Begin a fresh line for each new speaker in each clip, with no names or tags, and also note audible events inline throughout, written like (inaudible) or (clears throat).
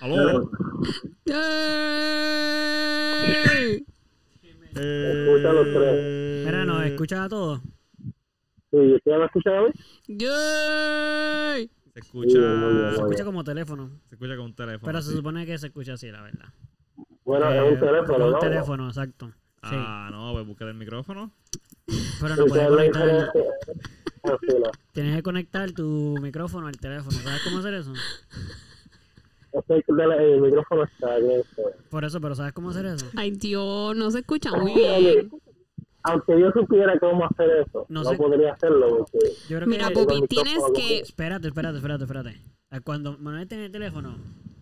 Aló.
¡Yay!
Escucha los tres.
Mira, nos escuchas a todos.
Sí, ¿Usted me escucha a mí?
¡Yay!
Se
muy bien,
escucha,
muy
se
bien.
escucha como teléfono,
Se escucha con un teléfono.
pero se
sí.
supone que se escucha así, la verdad.
Bueno,
Eh,
es un teléfono,
es
¿no?
un teléfono, exacto. Sí,
Ah, no, pues buscar el micrófono.
pero no
Sí,
puedes
¿sabes la
conectar. el-
diferencia? Ah, sí, no.
Tienes que conectar tu micrófono al teléfono. ¿Sabes cómo hacer eso?
Este es el tele- el micrófono está bien. este.
Por eso, pero ¿sabes cómo hacer eso?
Ay, Dios, no se escucha muy bien.
Aunque yo supiera cómo hacer eso,
No
no,
sé.
podría hacerlo porque
Yo creo
Mira,
que.
Bobby, tienes que.
Espérate, espérate, espérate, espérate. Ah, Cuando Manuel tiene el teléfono,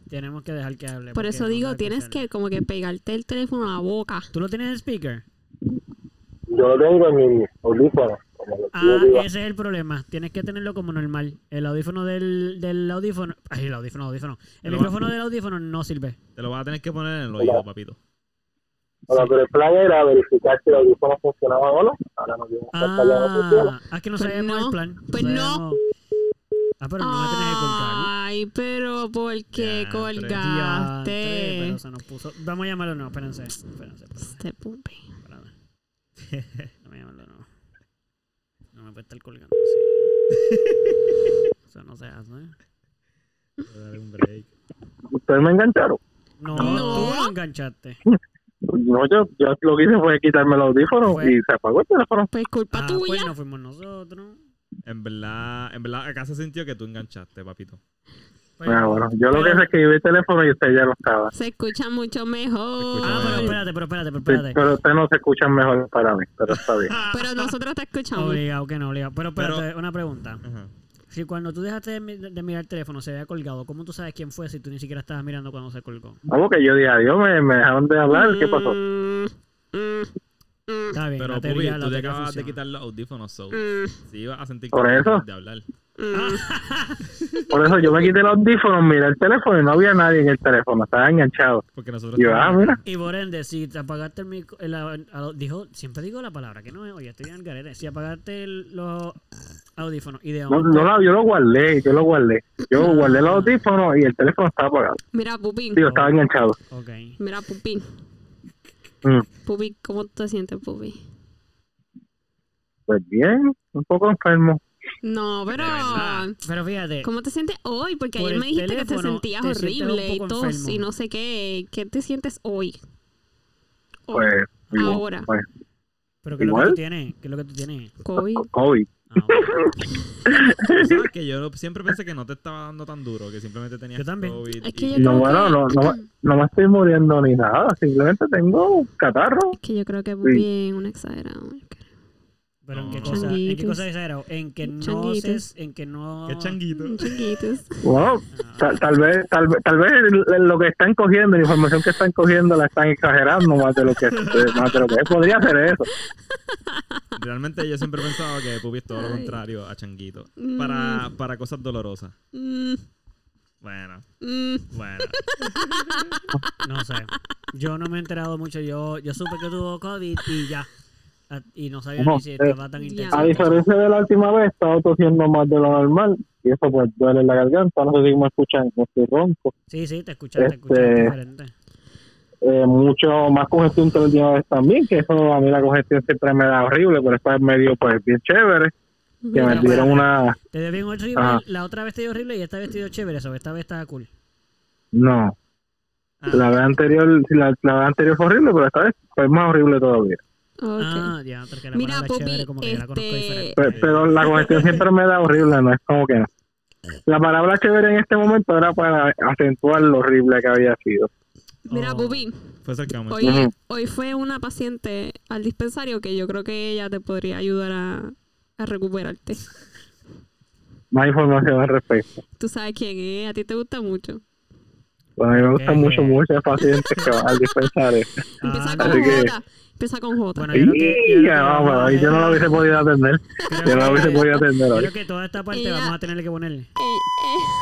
tenemos que dejar que hable.
Por
porque
eso
no
digo,
sabe
tienes
escuchar.
que como que pegarte el teléfono a la boca.
¿Tú lo tienes en speaker?
yo lo tengo en mi audífono. Como lo
Ah,
tengo arriba.
ese es el problema. Tienes que tenerlo como normal. El audífono del, del audífono. Ay, el audífono, audífono. El
Pero-
micrófono del audífono no sirve.
Te lo vas a tener que poner en el oído, papito.
Bueno, pero el plan era verificar si el audífono funcionaba o no. Ahora nos dimos cuenta ya no funciona.
Ah, es que no
Pues
sabemos
no,
el plan.
pues no.
sabemos- Ah, pero no me tenés que contar.
Ay, pero ¿por qué
Diantre.
Ah,
Diantre,
colgaste?
pero se nos puso. Vamos a llamarlo, no, espérense. Espérense, espérense.
Este pupi.
espérense. (laughs) Vamos a llamarlo, no. No me puede estar colgando así. (laughs) Eso no se hace, ¿eh?
Dale un break.
Ustedes me engancharon.
No,
No.
tú lo enganchaste.
No, yo, yo lo que hice fue quitarme el audífono
Fue.
y se apagó el teléfono.
Pues culpa
Ah, pues
tuya.
no fuimos nosotros.
En verdad, en verdad, acá se sintió que tú enganchaste, papito.
Pues-
Bueno, Ah, bueno, yo lo que
pero-
hice es que vi el teléfono y usted ya no estaba.
Se escucha mucho
Ah, pero
mejor.
espérate, pero espérate, pero
Sí,
espérate.
pero ustedes no se escuchan mejor para mí, pero está
(laughs)
bien. Ah,
Pero nosotros te escuchamos.
Obligado, que no, obligado. Pero espérate,
Pero-
una pregunta.
Ajá.
Si cuando tú dejaste de, mi- de mirar el teléfono se había colgado, ¿cómo tú sabes quién fue si tú ni siquiera estabas mirando cuando se colgó?
¿Cómo que yo dije adiós? ¿Me, me dejaron de hablar? ¿Qué pasó?
Mm, mm, mm,
Está bien,
Pero,
la
Pupi,
teoría, la
tú te
teoría
acabas de
funciona.
quitar los audífonos, so.
mm,
Sí, ibas a sentir
¿Por
que-
eso?
de hablar.
mm.
Ah.
Por eso yo me quité el audífono, miré el teléfono y no había nadie en el teléfono, estaba enganchado.
Porque nosotros.
Y yo, ah,
tenemos-
mira,
Y por ende, si te apagaste el mic- el- el- dijo, siempre digo la palabra, que no es, oye, estoy en el garete. Si apagaste el- los audífonos y de
no,
momento,
no la- yo lo guardé, yo lo guardé. Yo guardé el audífono y el teléfono estaba apagado.
Mira, Pupín.
Digo, estaba enganchado.
ok.
Mira, Pupín.
Mm,
Pupi, ¿cómo tú te sientes, Pupi?
Pues bien, un poco enfermo.
No, pero.
Pero fíjate,
¿Cómo te sientes hoy? Porque
Eh, Por
ayer
el
me dijiste que te
teléfono,
sentías
te sientes un
horrible y
poco
tos
enfermo.
y no sé qué. ¿Qué te sientes hoy? Oh, Hoy.
Pues, digo,
Ahora.
pues,
pero ¿qué es lo que
igual.
tú tienes? ¿Qué es lo que tú tienes?
COVID.
COVID. (laughs)
Ah, bueno.
Tú sabes que yo siempre pensé que no te estaba dando tan duro, que simplemente tenías
Yo también.
COVID
Es que
y-
yo-
No,
creo
bueno,
que-
no, no, me- no me estoy muriendo ni nada, simplemente tengo catarro.
Que yo creo que Pupi es un exagerado.
Pero ¿en qué
No.
cosa? ¿En qué
Changuitos.
cosa exagerado? En que no
Changuitos.
ses- en que no...
Qué changuito.
(laughs)
Un chiquitos.
Bueno,
Ah,
tal, tal vez, tal, vez- tal vez lo que están cogiendo, la información que están cogiendo la están exagerando más de lo que, más de lo que es. podría ser eso.
Realmente yo siempre pensaba que Pupi es todo lo
Ay.
contrario a Changuito.
Mm.
Para, para cosas dolorosas.
Mm,
Bueno,
mm.
(laughs)
bueno.
No sé. Yo no me he enterado mucho. Yo, yo supe que tuvo COVID y ya. Ah, Y no sabía
No,
ni si
eh,
estaba tan
ya.
intenso.
A diferencia de la última vez, estaba tosiendo más de lo normal y eso pues duele la garganta. No sé si me escuchan, no estoy ronco.
Sí, sí, te escuché, te
Este-
escuché diferente.
Eh, mucho más congestión que la última vez también, que eso a mí la congestión siempre me da horrible, pero esta vez me dio pues bien chévere, que me
Mira,
entiendo.
dieron una...
Te dio bien horrible,
Ajá.
la otra vez te dio horrible y esta vez te dio chévere, sobre esta vez estaba cool.
No.
Ah.
La vez anterior, la, la vez anterior fue horrible, pero esta vez fue más horrible todavía.
ok.
Ah, ya, porque la
Mira,
palabra
Pupi,
chévere como que yo la conozco
este-
diferente.
Pe- Pero la congestión siempre me da horrible, no es como que no. La palabra chévere en este momento era para acentuar lo horrible que había sido.
Mira,
Oh.
Pupi.
Fue cercano.
Hoy,
Ujú.
hoy fue una paciente al dispensario que yo creo que ella te podría ayudar a, a recuperarte.
Más información al respecto.
Tú sabes quién es, a ti te gusta mucho.
Ah,
Bueno, a mí me gustan
Ok.
mucho, muchos pacientes que van al dispensario.
Empieza
Ah,
con
así que-
J. Empieza con J.
(laughs)
Bueno, yo creo que- yo creo
Y
que
ya,
vamos a
vamos, ahí yo no
dejar-
lo hubiese podido atender.
creo
Yo no lo
que-
hubiese podido atender hoy.
Creo que toda esta parte
Ella-
vamos a tener que ponerle,
Eh,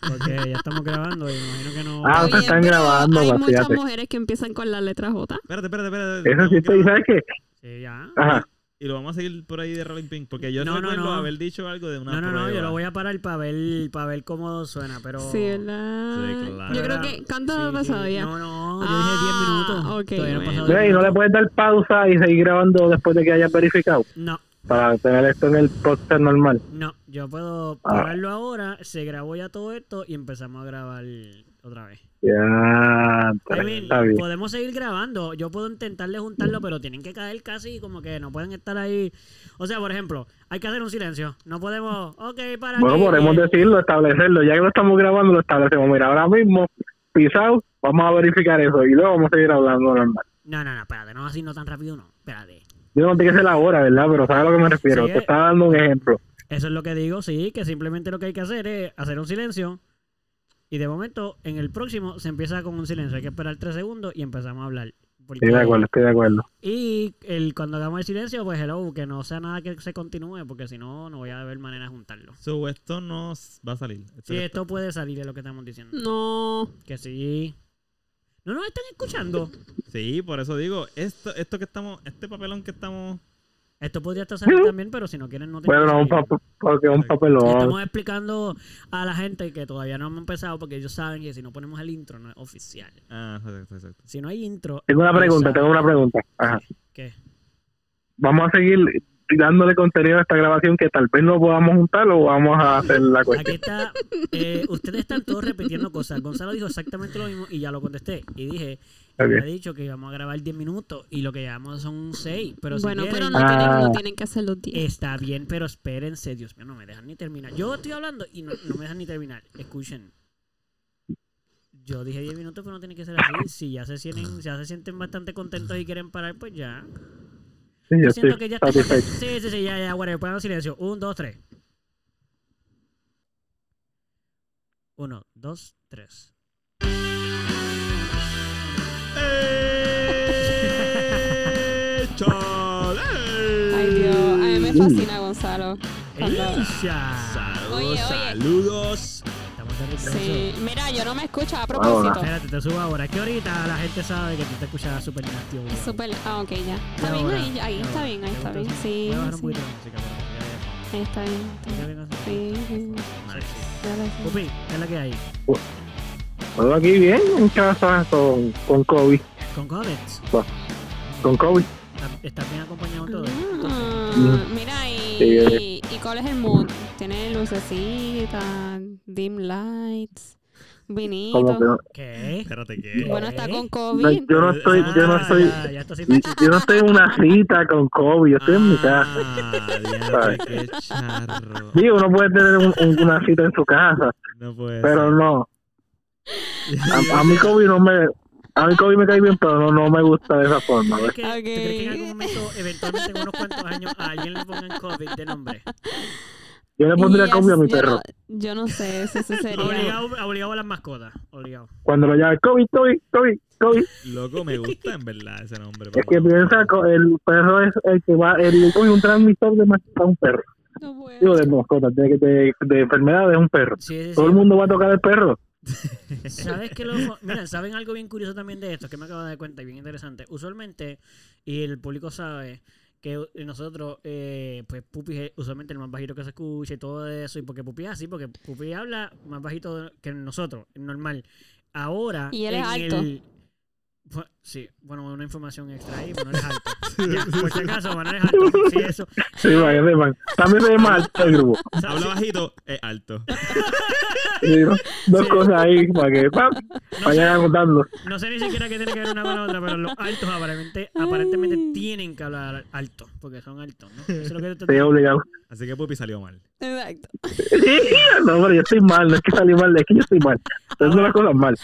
porque ya estamos grabando y me imagino que no...
Ah,
Oye,
se están
pero
grabando,
Hay muchas
vacíate.
mujeres que empiezan con la letra J.
Espérate, espérate, espérate.
Eso sí,
Estamos
estoy,
grabando.
¿sabes qué?
Sí, ya.
Ajá.
Y lo vamos a seguir por ahí de Rolling Pin. Porque yo
No, no,
recuerdo
no.
haber dicho algo de una
No, no, no, yo
prueba.
lo voy a parar para ver, para ver cómo suena, pero...
Sí, ¿verdad?
Sí, claro.
Yo creo
Pero
que.
era-
¿Cuánto
sí,
ha pasado
sí.
ya?
No, no, yo
Ah,
dije 10 minutos.
ok,
Todavía no ha
bueno.
pasado
Ve,
10
¿Y no le
minutos.
puedes dar pausa y seguir grabando después de que hayas verificado?
No,
Para tener esto en el podcast normal.
no, yo puedo
Ah.
pararlo ahora, se grabó ya todo esto y empezamos a grabar otra vez.
Ya, pues,
I mean,
está bien.
podemos seguir grabando. Yo puedo intentarle juntarlo, pero tienen que caer casi como que no pueden estar ahí. O sea, por ejemplo, hay que hacer un silencio. No podemos. Ok, para.
Bueno,
aquí,
podemos
eh,
decirlo, establecerlo. Ya que lo estamos grabando, lo establecemos. Mira, ahora mismo, pisado, vamos a verificar eso y luego vamos a seguir hablando normal.
No, no, no, espérate, no así no tan rápido, no. Espérate.
Yo no sé qué es la hora, ¿verdad? Pero sabes a lo que me refiero.
Sí,
Te
eh.
estaba dando un ejemplo.
Eso es lo que digo, sí, que simplemente lo que hay que hacer es hacer un silencio. Y de momento, en el próximo se empieza con un silencio. Hay que esperar tres segundos y empezamos a hablar. Porque-
Estoy de acuerdo, estoy de acuerdo.
Y el, cuando hagamos el silencio, pues hello, que no sea nada que se continúe, porque si no, no voy a ver manera de juntarlo.
So, esto no s- va a salir. Esto
Sí,
que
esto puede salir de lo que estamos diciendo.
Mm. No.
Que sí. No nos están escuchando.
está- sí, por eso digo, esto, esto que estamos, este papelón que estamos.
Esto podría estar saliendo también, pero si no quieren, no tienen
Bueno,
que
no, un
salir.
pap- porque es un papelón.
Estamos explicando a la gente que todavía no hemos empezado porque ellos saben que si no ponemos el intro no es oficial.
Ah, exacto,
(laughs)
exacto.
Si no hay intro.
Tengo una
no
pregunta,
saben.
tengo una pregunta. Ajá.
¿Qué?
Vamos a seguir dándole contenido a esta grabación que tal vez no podamos juntar o vamos a hacer la
Aquí
cuestión.
está. eh, ustedes están todos repitiendo cosas. Gonzalo dijo exactamente lo mismo y ya lo contesté. Y dije,
Está
había
bien.
dicho que íbamos a grabar 10 minutos y lo que llevamos son 6. Pero si
bueno,
quieren- Eh.
pero no, tienen, no
Ah.
tienen que hacer los 10.
Está bien, pero espérense, Dios mío, no me dejan ni terminar. Yo estoy hablando y no, no me dejan ni terminar. Escuchen. Yo dije 10 minutos, pero no tiene que ser así. Si ya se sienten, ya se sienten bastante contentos y quieren parar, pues ya.
Sí,
Yo
yo
siento
estoy
que ya está.
satisfecho.
Sí, sí, sí, ya, ya, bueno, pongan silencio. Un, dos, tres. Uno, dos, tres.
¡Échale!
Ay, Dios. A mí
Mm.
me fascina Gonzalo. Cuando-
¡Elisha!
Saludos,
Oye, oye.
saludos.
Estamos de regreso.
Sí. Mira, yo no me escucho a propósito.
Espérate, te subo ahora. Que ahorita la gente sabe que tú te escuchas súper nasty. obligado.
Super. Ah, ok, ya. Está
Ya
bien
ahora,
ahí. Ahí
ya
está
ahora.
bien, ahí
¿Te
está
gusta
bien.
eso?
Sí.
Voy a bajar un
sí.
poquito la música
Ahí está bien. está bien.
para que
Sí, sí.
veas.
Ya lo sé.
Pupi, ¿qué es la que hay?
Todo aquí bien en casa con, con COVID.
Con Covets.
Con COVID.
¿Estás- ¿Estás bien acompañado en todo?
Ah, Mira,
eh.
y, y cuál es el mood? Tiene lucecitas, dim lights, vinito.
Como que no-
¿Qué?
Espérate que.
Bueno, está con
no,
COVID.
yo no estoy, yo no
Ah,
estoy,
Ya, ya está sin
yo no estoy en una cita con COVID, yo estoy en mi casa.
Ah, diantre, qué charro.
Digo, uno puede tener un- un- una cita en su casa,
No puede
pero no. A, a mí COVID no me, a mí COVID me cae bien, pero no, no me gusta de esa forma.
¿Tú
¿ves?
crees, que, tú
Ok.
crees que en algún momento, eventualmente en unos cuantos años, a alguien le pongan COVID de nombre?
Yo le pondría
Y
COVID a
as-
mi
yo
perro.
no- Yo no sé si
(laughs)
eso sería.
Obligado, obligado a las mascotas. Obligado.
Cuando lo llame COVID, COVID, COVID, COVID,
ser. Loco, me gusta en verdad ese nombre.
es que
papá.
piensa co- el perro es el que va, el coge un transmisor de mascota a un perro.
No
Digo,
puedo.
de mascota, de, de, de enfermedad es un perro.
Sí, sí, sí.
Todo el mundo va a tocar el perro.
¿Sabes qué, loco? Mira, ¿saben algo bien curioso también de esto? Que me acabo de dar cuenta y bien interesante. Usualmente, y el público sabe que u- nosotros, eh, pues Pupi es usualmente el más bajito que se escucha y todo eso. Y porque Pupi es así, porque Pupi habla más bajito de- que nosotros, normal. Ahora.
Y él es
en
alto.
el- Fu- Sí, bueno, una información extra ahí, Manuel es alto. Ya, por si acaso, Manuel es alto. Sí, eso.
Sí, va, que sepan. También se ve mal el grupo.
Habla bajito, es alto.
Sí, ¿no? Dos
Sí.
cosas ahí para que pam, vayan agotando.
No sé ni siquiera qué tiene que ver una con la otra, pero los altos aparentemente, aparentemente tienen que hablar alto, porque son altos, ¿no? Eso es lo que te-
Estoy obligado. (laughs)
Así que Pupi salió mal.
Exacto.
Sí, no, pero yo estoy mal, no es que salí mal, es que yo estoy mal. Estoy haciendo las cosas mal.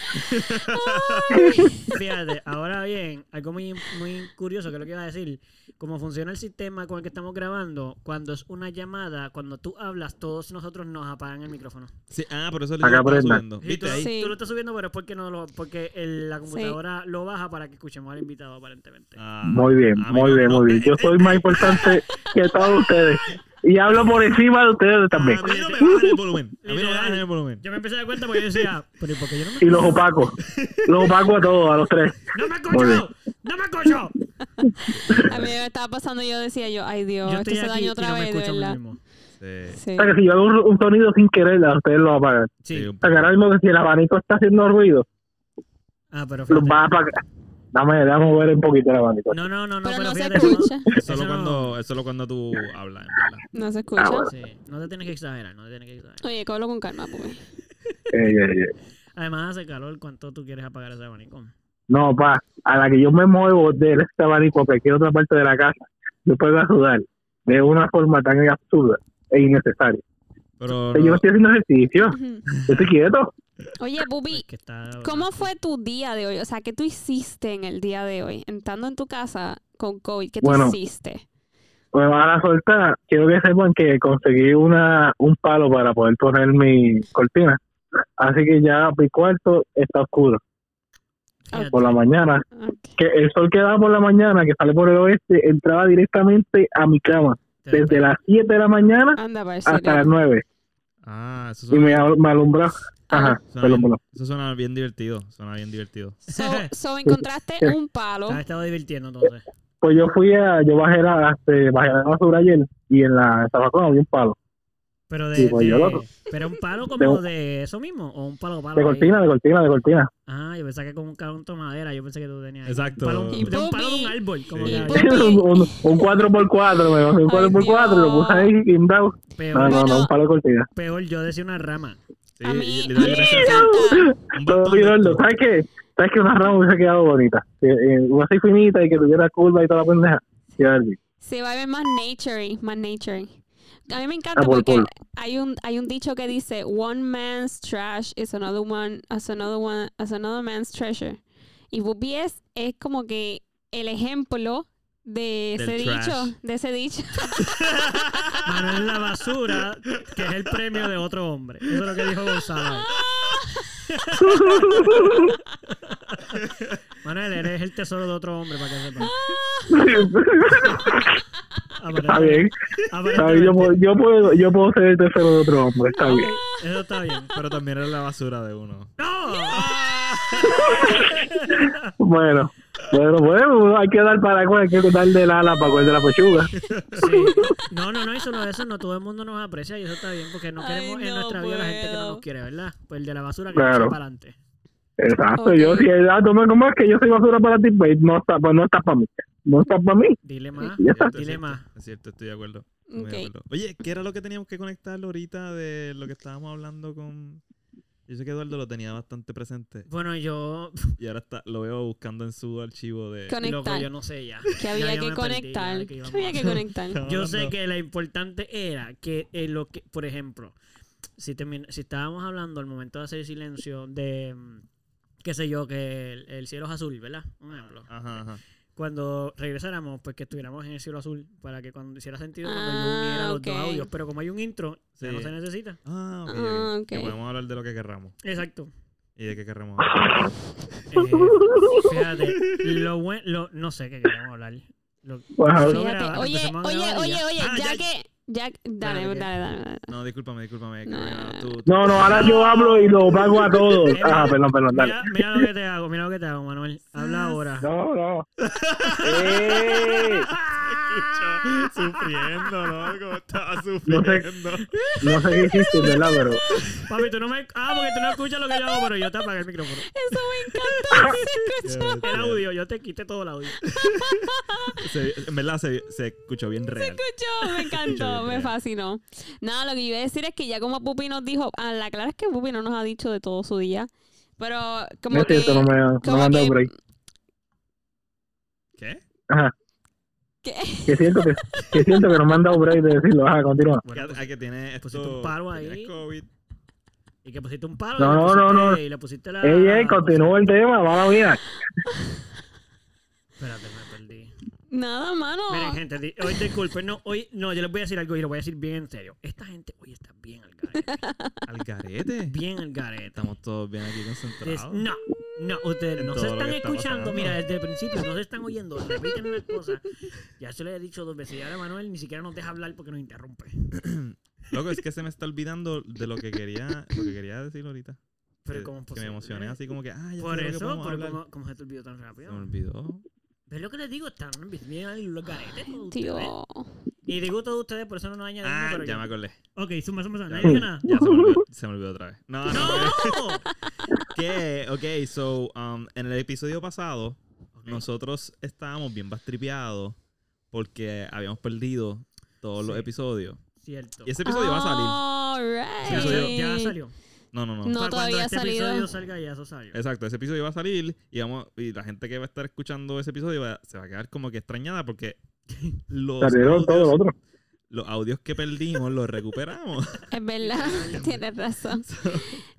Fíjate, ahora bien, algo muy, muy curioso que es lo que iba a decir, cómo funciona el sistema con el que estamos grabando, cuando es una llamada, cuando tú hablas, todos nosotros nos apagan el micrófono.
Sí, ah, por eso le
Para que
digo que estaba
aprendan.
subiendo.
Sí, tú,
¿Viste ahí?
Sí.
tú lo estás subiendo, pero es porque, no lo, porque el- la computadora lo baja para que escuchemos al invitado, aparentemente.
Ah,
Muy bien,
a mí
muy
no-
bien,
no,
muy bien.
eh,
Yo
eh,
soy más importante que todos ustedes. Y hablo por encima de ustedes
A mí
también.
no me bajan el volumen. A mí no me
Literal.
bajan el volumen.
Yo me empecé a dar cuenta porque yo decía, (laughs) pero ¿y por qué yo no me
Y los opacos. Los opacos a todos, a los tres.
¡No me
Muy bien.
escucho! ¡No me escucho!
A mí me estaba pasando y yo decía yo, ay Dios,
Yo
esto
estoy
se
aquí
dañó
y
otra
no me
vez, de
escucho a mí
verdad.
mismo.
Sí.
Sí.
O sea, Ah, que si yo hago un, un sonido sin querer, a ustedes lo apagan.
Sí.
Sí, un
O sea, que ahora mismo que si el abanico está haciendo ruido,
Ah, pero
los
fíjate.
va a apagar. Dame, déjame mover un poquito el abanico.
No, no, no, no,
Pero
pero,
no se
fíjate. eso no-
(laughs)
escucha,
Es
Eso
solo,
no-
cuando, es solo cuando tú hablas, en verdad.
no
Ah,
se escucha.
Sí, no te tienes que exagerar, no te tienes que exagerar.
Oye, cógelo con calma, pues.
(laughs) Ey, ey, ey.
Además hace calor, ¿cuánto tú quieres apagar ese abanico?
No, pa, a la que yo me muevo de este abanico a cualquier otra parte de la casa, yo puedo ayudar de una forma tan absurda e innecesaria.
Pero
O sea, yo no
no,
estoy haciendo ejercicio,
Ujú.
yo estoy quieto.
Oye, Bubi,
Es que está...
¿Cómo fue tu día de hoy? O sea, ¿qué tú hiciste en el día de hoy? Entrando en tu casa con COVID, ¿qué tú
Bueno.
hiciste?
Bueno, a la solta, quiero que sepan que conseguí una, un palo para poder poner mi cortina. Así que ya mi cuarto está oscuro
Fíjate.
por la mañana.
Ok.
Que el sol que daba por la mañana, que sale por el oeste, entraba directamente a mi cama.
Te
Desde
despiertas.
las 7 de la mañana
Anda, para el
hasta las
cereal.
9.
Ah, eso
Y me,
suena,
me alumbró.
suena
Ajá, perdón,
bien,
perdón.
eso suena bien divertido. Suena bien divertido. (laughs)
So, so
(laughs)
encontraste un palo.
Te has estado divirtiendo entonces.
Pues yo fui a, yo bajé la, este, bajé la basura ayer y en la Sabacona había un palo.
Pero de,
Sí, pues, yo
de-
loco.
pero un palo como de eso mismo o un palo palo.
De
ahí?
cortina, de cortina, de cortina.
Ah, yo pensaba que con un calón de madera, yo pensé que tú tenías ahí.
Exacto.
Un palo,
Y
de un palo de un
Bobby.
árbol, como
Sí.
que
Y
había.
Bobby.
(laughs) un, un, un 4x4, me bajé un
Ay,
4x4, lo puse ahí guindado. No,
peor,
no,
Bueno.
no, un palo de cortina.
peor yo decía una rama.
Sí,
A mí,
le
a
da
mí me
gracia.
encanta.
Un
Todo
bastón de
Ridoldo,
esto.
¿sabes qué? ¿Sabes que una rama hubiese quedado bonita? Que, eh, Una así finita y que tuviera curva y toda la pendeja. Sí, Barbie.
Se va a ver más naturey, más naturey. A mí me encanta
Ah, por
porque
culo.
hay un hay un dicho que dice one man's trash is another one as another one as another man's treasure. Y Bubi es, es como que el ejemplo de
Del
ese
trash.
dicho, de ese dicho.
Mano en la basura, que es el premio de otro hombre. Eso es lo que dijo Gonzalo.
(laughs)
Manuel, eres el tesoro de otro hombre, para que sepas.
(laughs) Está bien. Está bien, Yo, puedo-
Aparentemente.
yo, puedo, yo puedo ser el tercero de otro hombre, está bien.
Eso está
(laughs)
bien.
Pero también era la basura de uno.
¡No!
Oh.
Bueno, bueno, bueno, hay que dar para cuál, hay que dar del ala para cuál de la pechuga.
Sí. No, no, no, y solo eso, no todo el mundo nos aprecia y eso está bien porque no
Ay,
queremos en
no
nuestra vida la gente que no
puedo.
nos quiere, ¿verdad? Pues el de la basura que
Claro.
claro. para adelante.
Exacto,
Ok.
yo si el dato me como es que yo soy basura para ti, pues no está, pues no está para mí. No está para mí.
Dile más,
Ya está.
Es
dile
cierto,
más.
Es cierto, estoy de acuerdo. Muy de
(laughs) Ok.
acuerdo. Oye, ¿qué era lo que teníamos que conectar ahorita de lo que estábamos hablando con... Yo sé que Eduardo lo tenía bastante presente
Bueno, yo, (laughs)
y ahora está, lo veo buscando en su archivo de...
loco,
Conectar.
yo no sé ya.
que
(laughs) Ya yo
había que
me perdí, ya
conectar.
de
Que
qué
había
íbamos
que
a hablar. (laughs)
conectar.
Yo sé
hablando.
que lo importante era que, eh, lo que por ejemplo, si, termin- si estábamos hablando al momento de hacer silencio de, mm, qué sé yo, que el, el cielo es azul, ¿verdad? Un
Ah.
ejemplo.
Ajá, ajá.
cuando regresáramos, pues que estuviéramos en el cielo azul para que cuando hiciera sentido cuando yo
Ah,
uniera los
ok.
dos audios. Pero como hay un intro, ya
Sí.
no se necesita.
Ah, ok, ok.
Ah, ok.
Que podemos hablar de lo que querramos
Exacto.
y de qué querramos hablar.
Eh,
(laughs)
fíjate, lo bueno, lo, no sé qué queremos hablar. Lo-
Wow.
lo
Fíjate,
grabamos,
oye,
empezamos a
oye,
grabar y
oye,
ya.
oye,
Ah,
ya que ya dale,
Espérate, ¿qué?
dale, dale,
(laughs)
dale.
No, discúlpame, discúlpame.
No,
Carolina,
no,
tú- tú- (laughs)
No, no, ahora yo hablo y lo pago a todos.
Eh,
Ajá, perdón, perdón, dale.
Mira, mira lo que te hago, mira lo que te hago, Manuel. Habla
Ah,
ahora.
No, no. Eh,
Escucho, sufriendo, loco. Estaba sufriendo.
(laughs)
sufriendo. no sé qué hiciste, ¿verdad? Pero
Papi, tú no me. Ah, porque tú no escuchas lo que yo hago, pero yo te apagué el micrófono.
Eso
(laughs)
me encantó. se escuchó.
El audio, yo te quité todo
(laughs)
el audio.
Se- en verdad se, se escuchó bien
Se
real.
escuchó, me encantó,
bien,
me
bien.
fascinó. Nada, lo que yo iba a decir es que ya como Pupi nos dijo, ah, la clara es que Pupi no nos ha dicho de todo su día, pero como
no es
que,
cierto, Este, no me, no
como
me han dado
que-
break.
¿Qué?
Ajá,
que- (laughs)
que siento que, que siento que no me han dado break de decirlo. Ajá, continúa.
Bueno, pues,
que, ah, que tiene esto,
pusiste un paro
que
ahí.
tienes COVID.
(laughs) Y que pusiste un palo.
No,
y le
no, no,
pusiste- Y le pusiste la.
Ey, ey, continúa el tema, va la vida.
Espérate, me perdí.
nada, mano.
Miren, gente, di- hoy disculpen, no, hoy, no, yo les voy a decir algo y lo voy a decir bien en serio. Esta gente hoy está bien al garete.
Al garete.
Bien al garete.
Estamos todos bien aquí
Des-
concentrados.
no, no, ustedes
En
no
todo
se
lo
están
que está
escuchando,
pasando.
mira, desde el principio, no se están oyendo, repiten las cosas. Ya se lo he dicho dos veces y ahora Manuel ni siquiera nos deja hablar porque nos interrumpe.
Loco, es que se me está olvidando de lo que quería, lo que quería decir ahorita.
Pero
que,
¿cómo es
que me
posible?
emocioné así como que, ah, ya
Por
sé de lo que
eso,
podemos
pero
hablar.
¿cómo, cómo se te olvidó tan
Se
rápido?
me olvidó.
¿Ves lo que les digo? Están bien al los garetes todos ustedes.
Tío.
Y digo todos ustedes, por eso no nos añaden
Ah,
pero
ya
yo-
me acordé.
Ok, suma, suma, suma.
Ya,
Nadie dijo nada.
ya se, me olvidó, se me olvidó otra vez. No, no.
(laughs) ¡No!
¿Qué? Ok, so, um, en el episodio pasado,
Ok.
nosotros estábamos bien bastripeados porque habíamos perdido todos los
Sí.
episodios.
Cierto.
Y ese episodio va a salir.
Sí, ya
salir.
Ese
salió,
episodio-
Este ya salió.
No, no, no.
Ah. No,
Para
todavía
cuando
ha
este
salido.
episodio salga ya eso salió.
Exacto, ese episodio va a salir y, vamos, y la gente que va a estar escuchando ese episodio va- se va a quedar como que extrañada porque (laughs) los
Salieron todos los
audios,
otros.
los audios que perdimos los recuperamos.
Es
(laughs)
verdad. Tienes razón.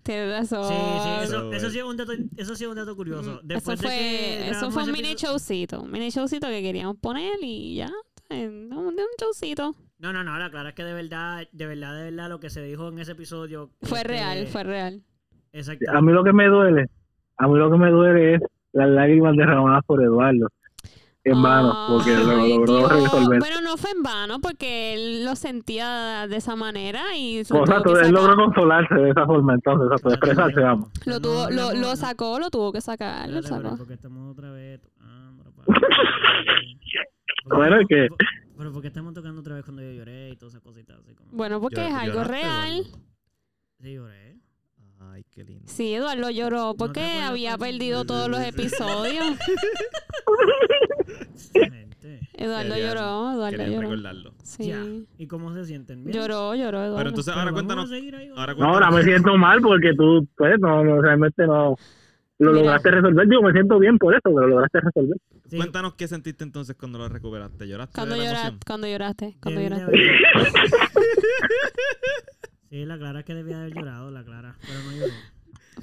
Tienes razón.
Sí, sí, eso,
So,
eso sí es un dato, eso sí es un dato curioso.
Mm,
Después
eso
de
fue,
que
eso
grabamos
fue un
ese
mini
episodio-
showcito. Un mini showcito que queríamos poner y ya. eh, Un, un showcito.
No, no, no, la clara es que de verdad, de verdad, de verdad, lo que se dijo en ese episodio.
Fue
este,
real, fue real.
Exacto.
A mí lo que me duele, a mí lo que me duele es las lágrimas derramadas por Eduardo. En vano, porque lo
Ah, Ay,
logró
Dios.
resolver.
Bueno, no fue en vano porque él lo sentía de esa manera y se
Por
tuvo
tanto,
que
él
sacar.
logró consolarse de esa forma, entonces, o sea, pues, expresarse, vamos.
lo, tuvo, lo, lo sacó, lo tuvo que sacar. Lo sacó.
Porque estamos otra vez tocando.
(laughs)
la
Bueno, ¿y qué?
Pero porque estamos tocando otra vez cuando yo lloré y todas esas cositas. Así como...
Bueno, porque
Llor-
es algo
lloraste,
real.
Eduardo.
Sí,
(laughs)
lloré.
Ay, qué lindo.
Sí, Eduardo lloró porque
acuerdas pues.
había
cuando-
perdido todos
(laughs)
los episodios.
Gente.
Eduardo
Querían-
lloró, Eduardo
Quería
lloró.
recordarlo.
Sí.
Ya. ¿Y cómo se sienten? ¿Bien?
Lloró, lloró, Eduardo.
Pero entonces
Pero
ahora
vamos a
cuéntanos.
seguir ahí, vamos.
Ahora
No, ahora me siento mal porque tú, pues, no, no, realmente no. Lo
Mira.
lograste resolver. Digo, me siento bien por eso, pero lo lograste resolver.
Sí,
Cuéntanos qué sentiste entonces cuando lo recuperaste. ¿Lloraste
cuando
de la
lloraste,
emoción?
cuando lloraste, cuando
debí de
lloraste.
haber- (laughs) Sí, la Clara es que debía haber llorado, la Clara. Pero no lloré.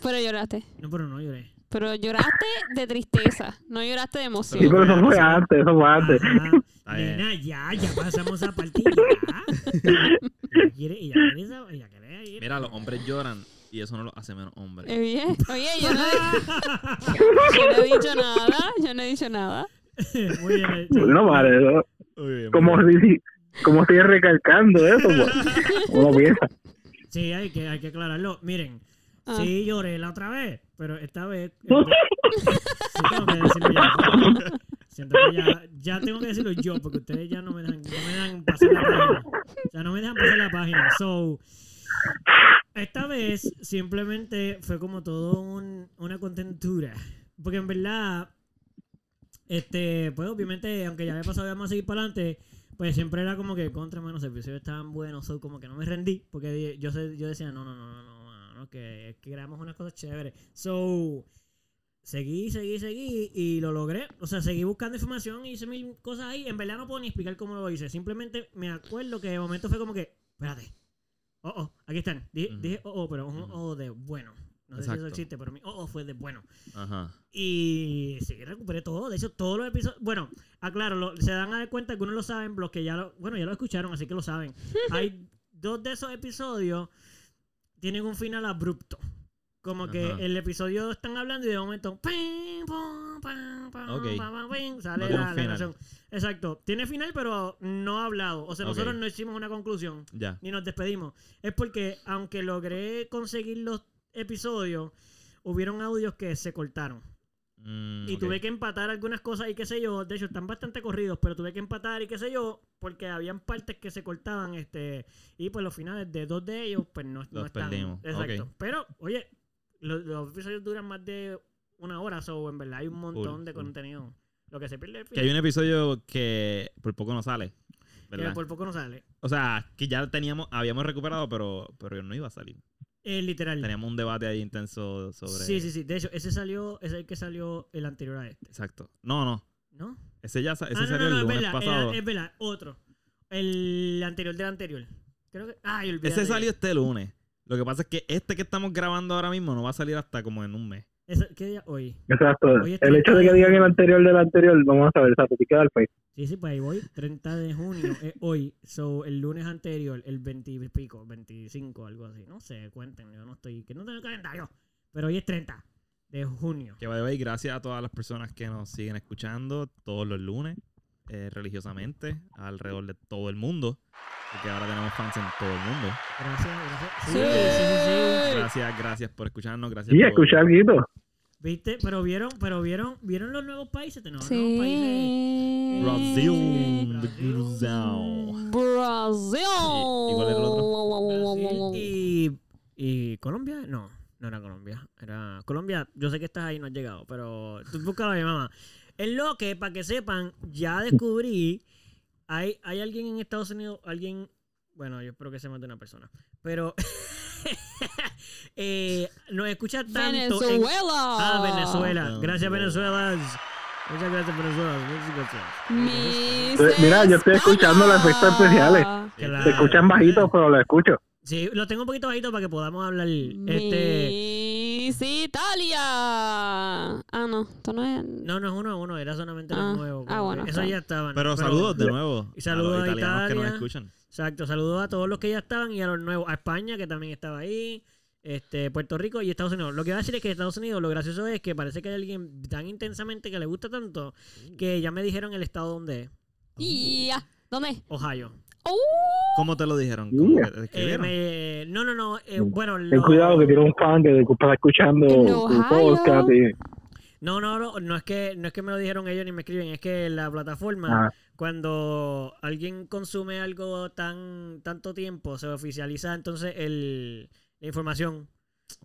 Pero lloraste.
No, pero no lloré.
Pero lloraste de tristeza, no lloraste de emoción.
Sí, pero eso fue antes, eso fue antes.
Ajá.
Está bien.
Ah, Nena, ya, ya pasamos a partir. Ya. Ella quiere, ella quiere, esa- ella quiere ir.
Mira, los hombres lloran y eso no los hace menos hombres.
Oye, oye, yo no,
(laughs)
yo no he dicho nada, yo no he dicho nada.
Muy bien. eh, sí.
No, madre, eso-
Muy bien,
como
muy bien.
si, si- como sigue recalcando eso, pues. Uno piensa.
Sí, hay que, hay que aclararlo. Miren,
Ah.
sí lloré la otra vez, pero esta vez. sí tengo que decirlo ya. Siento que ya, ya tengo que decirlo yo, porque ustedes ya no me dejan, no me dejan pasar la página. Ya no me dejan pasar la página. So, esta vez simplemente fue como todo un, una contentura. Porque en verdad, este, pues obviamente, aunque ya había pasado, ya más seguir para adelante. Pues siempre era como que contra mano, los episodios estaban buenos, so, como que no me rendí. Porque di- yo, sé- yo decía, no, no, no, no, no, mano, que, es que grabamos unas cosas chéveres. So, seguí, seguí, seguí y lo logré. O sea, seguí buscando información y hice mil cosas ahí. En verdad no puedo ni explicar cómo lo hice. Simplemente me acuerdo que de momento fue como que, espérate. Oh, oh, aquí están. Dije,
Ujú.
dije oh, oh, pero un
Ujú.
oh, oh de bueno. No sé si
Exacto.
eso existe, pero mi oh, oh fue de bueno.
Ajá.
Y sí, recuperé todo. De hecho, todos los episodios. Bueno, aclaro, lo- se dan a dar cuenta que uno lo saben, los que ya lo. Bueno, ya lo escucharon, así que
(laughs)
lo saben. Hay dos de esos episodios tienen un final abrupto. Como que
Ajá.
el episodio están hablando y de momento. pim, pum, pam, pam,
Ok.
pam, pam, pim, sale
No tiene un
la, la
final.
canción. Exacto. Tiene final, pero no hablado. O sea,
Ok.
nosotros no hicimos una conclusión
Ya.
ni nos despedimos. Es porque, aunque logré conseguir los episodios, hubieron audios que se cortaron.
Mm,
Y
ok.
tuve que empatar algunas cosas y qué sé yo. De hecho, están bastante corridos, pero tuve que empatar y qué sé yo, porque habían partes que se cortaban. este Y pues los finales de dos de ellos, pues no, no
Los
están.
perdimos.
Exacto.
Ok.
Pero, oye, lo- los, episodios duran más de una hora, so en verdad hay un montón de
full.
contenido. Lo que se pierde al
Que hay
final,
un episodio que por poco no sale.
que
¿Verdad?
por poco no sale.
O sea, que ya teníamos, habíamos recuperado, pero, pero no iba a salir.
Eh, literal.
Teníamos un debate ahí intenso sobre.
Sí, sí, sí. De hecho, ese salió, ese es el que salió el anterior a este,
Exacto. No, no.
¿no?
Ese ya sa- ese
Ah, no,
salió
no, no,
el
es
lunes
verdad, era-
pasado.
es verdad, otro. El anterior del anterior. Creo que. Ay, olvidé.
ese salió este lunes. Lo que pasa es que este que estamos grabando ahora mismo no va a salir hasta como en un mes.
¿Qué día? Hoy.
Exacto.
Oye,
El hecho de que digan el anterior del anterior, vamos a ver, exacto, te queda el país.
Sí, sí, pues ahí voy. 30 de junio. es hoy. So, el lunes anterior, el 20 y pico, 25, algo así. No sé, cuenten. Yo no estoy. Que no tengo calendario. Pero hoy es 30 de junio.
Que by the way, gracias a todas las personas que nos siguen escuchando todos los lunes, eh, religiosamente, alrededor de todo el mundo. Porque ahora tenemos fans en todo el mundo.
Gracias, gracias.
Sí.
sí, sí, sí.
Gracias, gracias por escucharnos. Gracias
Y
por-
escuchar algo.
¿Viste? Pero vieron, pero vieron, vieron los nuevos países, tenemos nuevos países.
Sí.
Brasil. Brasil.
Mm, Brasil.
¿Y cuál era el
Brasil y, y Colombia, no, no era Colombia. Era Colombia, yo sé que estás ahí, no has llegado, pero tú búscalo ahí, mamá. En lo que, para que sepan, ya descubrí, hay, hay alguien en Estados Unidos, alguien, bueno, yo espero que sea más de una persona, pero (laughs) eh, nos escucha tanto en-
Venezuela.
Ah, Venezuela. Gracias,
Venezuela.
Venezuela. Muchas gracias, Venezuela. Muchas gracias.
Miss
Eh, Mira, yo estoy escuchando los efectos especiales.
Claro.
Ah,
Se escuchan bajitos, pero lo escucho.
Sí, lo tengo un poquito bajito para que podamos hablar. Este,
Miss Italia. Ah, no, esto no es.
no, no es uno a uno, era solamente
Ah,
los nuevos.
ah,
como
bueno,
que Eso
claro.
ya estaban.
Pero saludos de nuevo.
Y saludos
a los
a
italianos que nos
Italia.
escuchan.
Exacto, saludos a todos los que ya estaban y a los nuevos. A España, que también estaba ahí. Este, Puerto Rico y Estados Unidos. Lo que va a decir es que Estados Unidos, lo gracioso es que parece que hay alguien tan intensamente que le gusta tanto que ya me dijeron el estado donde es.
Ya. ¿Dónde?
Ohio.
¡Uh!
¿cómo te lo dijeron? ¿Cómo
Yeah.
que te
Eh,
escribieron?
me- no, no, no. eh, bueno,
Ten
lo-
cuidado que tiene un fan que está escuchando
En
tu
Ohio.
podcast. Y,
No, no, no, no es que no es que me lo dijeron ellos ni me escriben, es que la plataforma
ah,
cuando alguien consume algo tan tanto tiempo se oficializa entonces el la información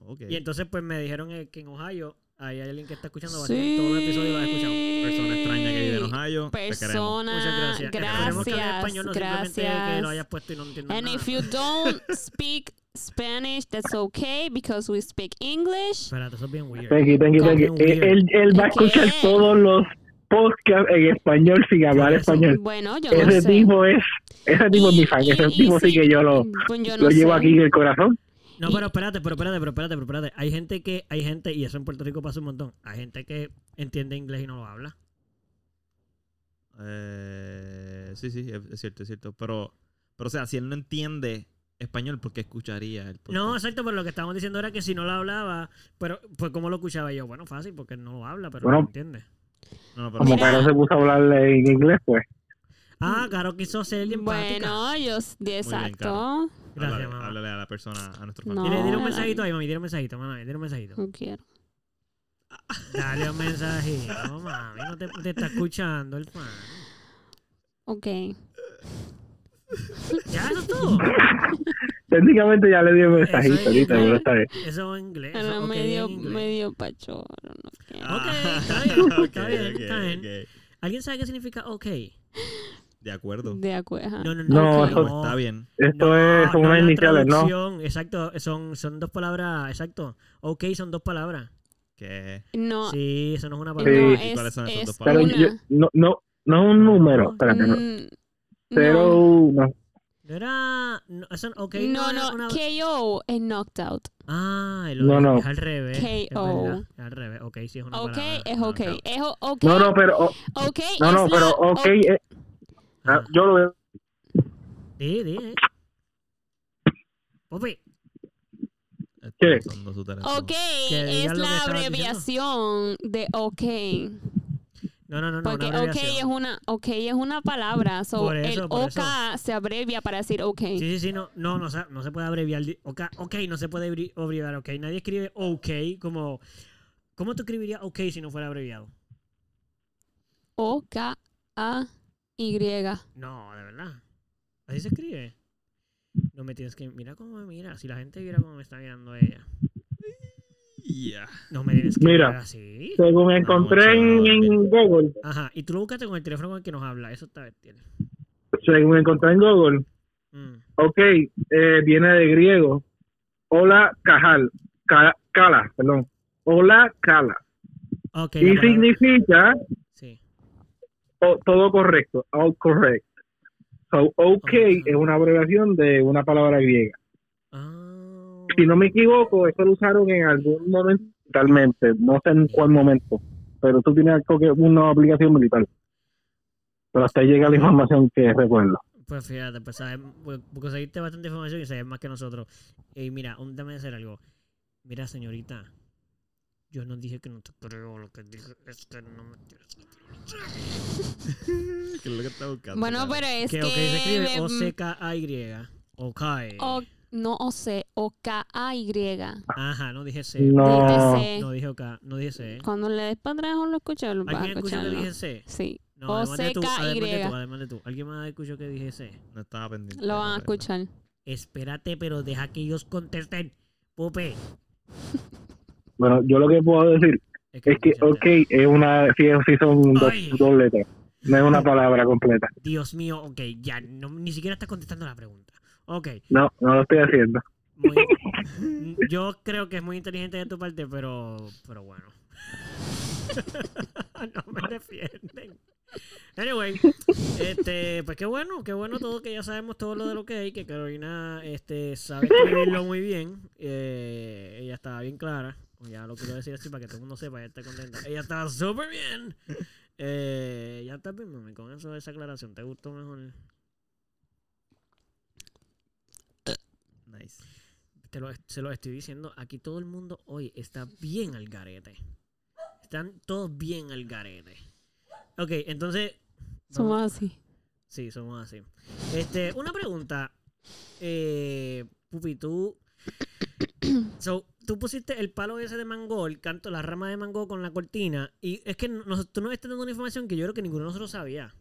Ok.
y entonces pues me dijeron eh, que en Ohio ahí hay alguien que está escuchando bastante, todo el episodio lo ha escuchado.
Persona extraña que vive en Ohio. Te queremos.
Eh, Persona.
Muchas gracias. Esperemos que hable español, no simplemente que lo hayas
gracias.
puesto y no entiendas
And
nada.
if you don't speak Spanish, that's okay because we speak English.
Espérate, eso es bien weird.
thank you, thank you, thank you.
Como un
Él,
weird.
él- él va a
¿Qué?
escuchar todos los podcasts en español sin hablar
Eso.
español.
Bueno, yo no
Ese
sé.
tipo es, ese tipo es mi fan.
Y-
Ese
y-
tipo
y
sí
si-
que yo lo,
Pues yo no
lo llevo
sé.
aquí en el corazón.
No,
Y-
pero espérate, pero espérate, pero espérate, pero espérate. Hay gente que, hay gente, y eso en Puerto Rico pasa un montón, hay gente que entiende inglés y no lo habla.
Eh, sí, sí, es, es cierto, es cierto. Pero, pero, o sea, si él no entiende español, ¿por qué escucharía
Pues
el podcast?
No, exacto, pero lo que estábamos diciendo era que si no lo hablaba, pero pues cómo lo escuchaba yo, bueno, fácil, porque no lo habla, pero
Bueno.
no entiende.
No, no, pero-
Como que no se puso a hablar en inglés, pues.
Ah, claro, quiso ser bien empática.
Bueno, yo s- de
bien,
exacto.
Gracias,
háblale,
mamá.
háblale a la persona, a nuestro fan.
No.
Dile, dile un
no,
mensajito ahí, mami, dile un mensajito, mami, dile un mensajito.
No quiero.
Dale un mensajito,
(laughs)
mami, no te, te está escuchando el fan.
Ok.
Ya, eso es
(laughs)
todo.
Técnicamente ya le di un mensajito
Eso es
ahorita,
inglés.
pero está bien.
Eso en inglés.
Era
Eso, ok,
medio,
en inglés. Ah,
medio pachorro. No quiero.
Ok,
(laughs)
está bien,
Ah, ok,
está bien,
ok,
está bien.
ok.
¿Alguien sabe qué significa ok?
De acuerdo.
De acuerdo.
No, no,
No,
no. ok,
eso-
Como Está bien.
Esto
No,
es, son
no,
unas
la
iniciales, ¿no?
traducción, Exacto, son, son dos palabras, exacto. Ok, son dos palabras.
Que
No,
Sí, eso no es una
no,
palabra.
¿Y
es,
cuáles son esas
es
dos
Pero
palabras?
una.
yo, no, no, no es un número. Espérate, no.
Mm, no,
Cero, no.
No era. No, eso, ok,
no,
era
no,
una-
KO es knocked out.
Ah, el
No, no.
es al revés. es
KO.
verdad, es al revés. Ok, sí es una
Ok,
palabra.
es
No,
ok.
no.
Es o- ok.
No, no, pero, oh,
ok,
no, no,
es
pero,
la-
ok,
ok.
eh, ah,
Ajá.
yo lo veo.
Sí, sí, eh. Popi,
está
¿Qué?
usando su teléfono.
Ok,
diga
es
lo que
la
estabas diciendo.
abreviación de ok.
No, no, no, no.
Porque
una
ok
abreviación.
es una, ok es una palabra. So,
Por eso,
el
por
OK
eso.
se abrevia para decir ok.
Sí, sí, sí, no, no, no, sa- no se puede abreviar. di- Ok, okay no se puede abri- abreviar, ok. Nadie escribe ok como. ¿Cómo tú escribirías ok si no fuera abreviado?
O K A Y.
No, de verdad. Así se escribe. No me tienes que. Mira cómo me mira. Si la gente viera cómo me está mirando ella.
Yeah.
No me tienes que
Mira.
mirar así.
Según encontré en, en Google,
Ajá. Y tú lo buscaste con el teléfono con el que nos habla. Eso está bien.
según encontré en Google,
Mm.
ok, eh, viene de griego. Hola, cajal, ca- cala, perdón. Hola, cala.
Ok. la
Y
palabra-
significa
Sí.
o- todo correcto, all correct. So, ok
Ok.
es una abreviación de una palabra griega.
Ah.
Si no me equivoco, eso lo usaron en algún momento totalmente, no sé en cuál momento, pero tú tienes algo que una aplicación militar. Pero hasta ahí llega la información que recuerdo.
Pues fíjate, pues sabes, pues, conseguiste bastante información y sabes más que nosotros. Y mira, un, dame hacer algo. Mira, señorita, yo no dije que no te creo, lo que dije es que no me tienes que creer.
¿Qué es lo que está buscando?
Bueno,
cara?
pero es
Que
que. em,
ok, se
me-
escribe O-C-K-A-Y. Ok.
ok, No O-C, O-K-A-Y.
Ajá, no dije C.
No.
Dije
No dije OK, no dije C.
Cuando le des para atrás o lo escuchas, lo vas a
¿Alguien escuchó que
escucharlo.
dije C?
Sí,
No, además de tú, además de
O-C-K-Y.
tú, además de tú. ¿Alguien más escuchó que dije C?
No estaba pendiente.
lo van a
no, pero-
escuchar.
Espérate, pero deja que ellos contesten. Pupe.
Bueno, yo lo que puedo decir es que
escuchaste.
OK es una, sí, sí son dos,
Ay.
dos letras, no es una palabra completa.
Dios mío, ok, ya, no, ni siquiera estás contestando la pregunta. Ok,
No, no lo estoy haciendo.
muy, yo creo que es muy inteligente de tu parte, pero, pero bueno. (laughs) no me defienden. Anyway, este, pues qué bueno, qué bueno todo, que ya sabemos todo lo de lo que hay, que Carolina este, sabe escribirlo muy bien. Eh, ella estaba bien clara, ya lo quiero decir así para que todo el mundo sepa, ella está contenta. Ella estaba súper bien. Eh, ya está bien, mami, con eso, esa aclaración, ¿te gustó mejor?
Nice.
te lo, se lo estoy diciendo, aquí todo el mundo hoy está bien al garete. Están todos bien al garete. Ok, entonces...
Somos así.
Sí, somos así. Este, una pregunta. Eh, Pupi, tú...
(coughs)
So, tú pusiste el palo ese de mango, el canto, la rama de mango con la cortina. Y es que nos- tú nos estás dando una información que yo creo que ninguno de nosotros sabía.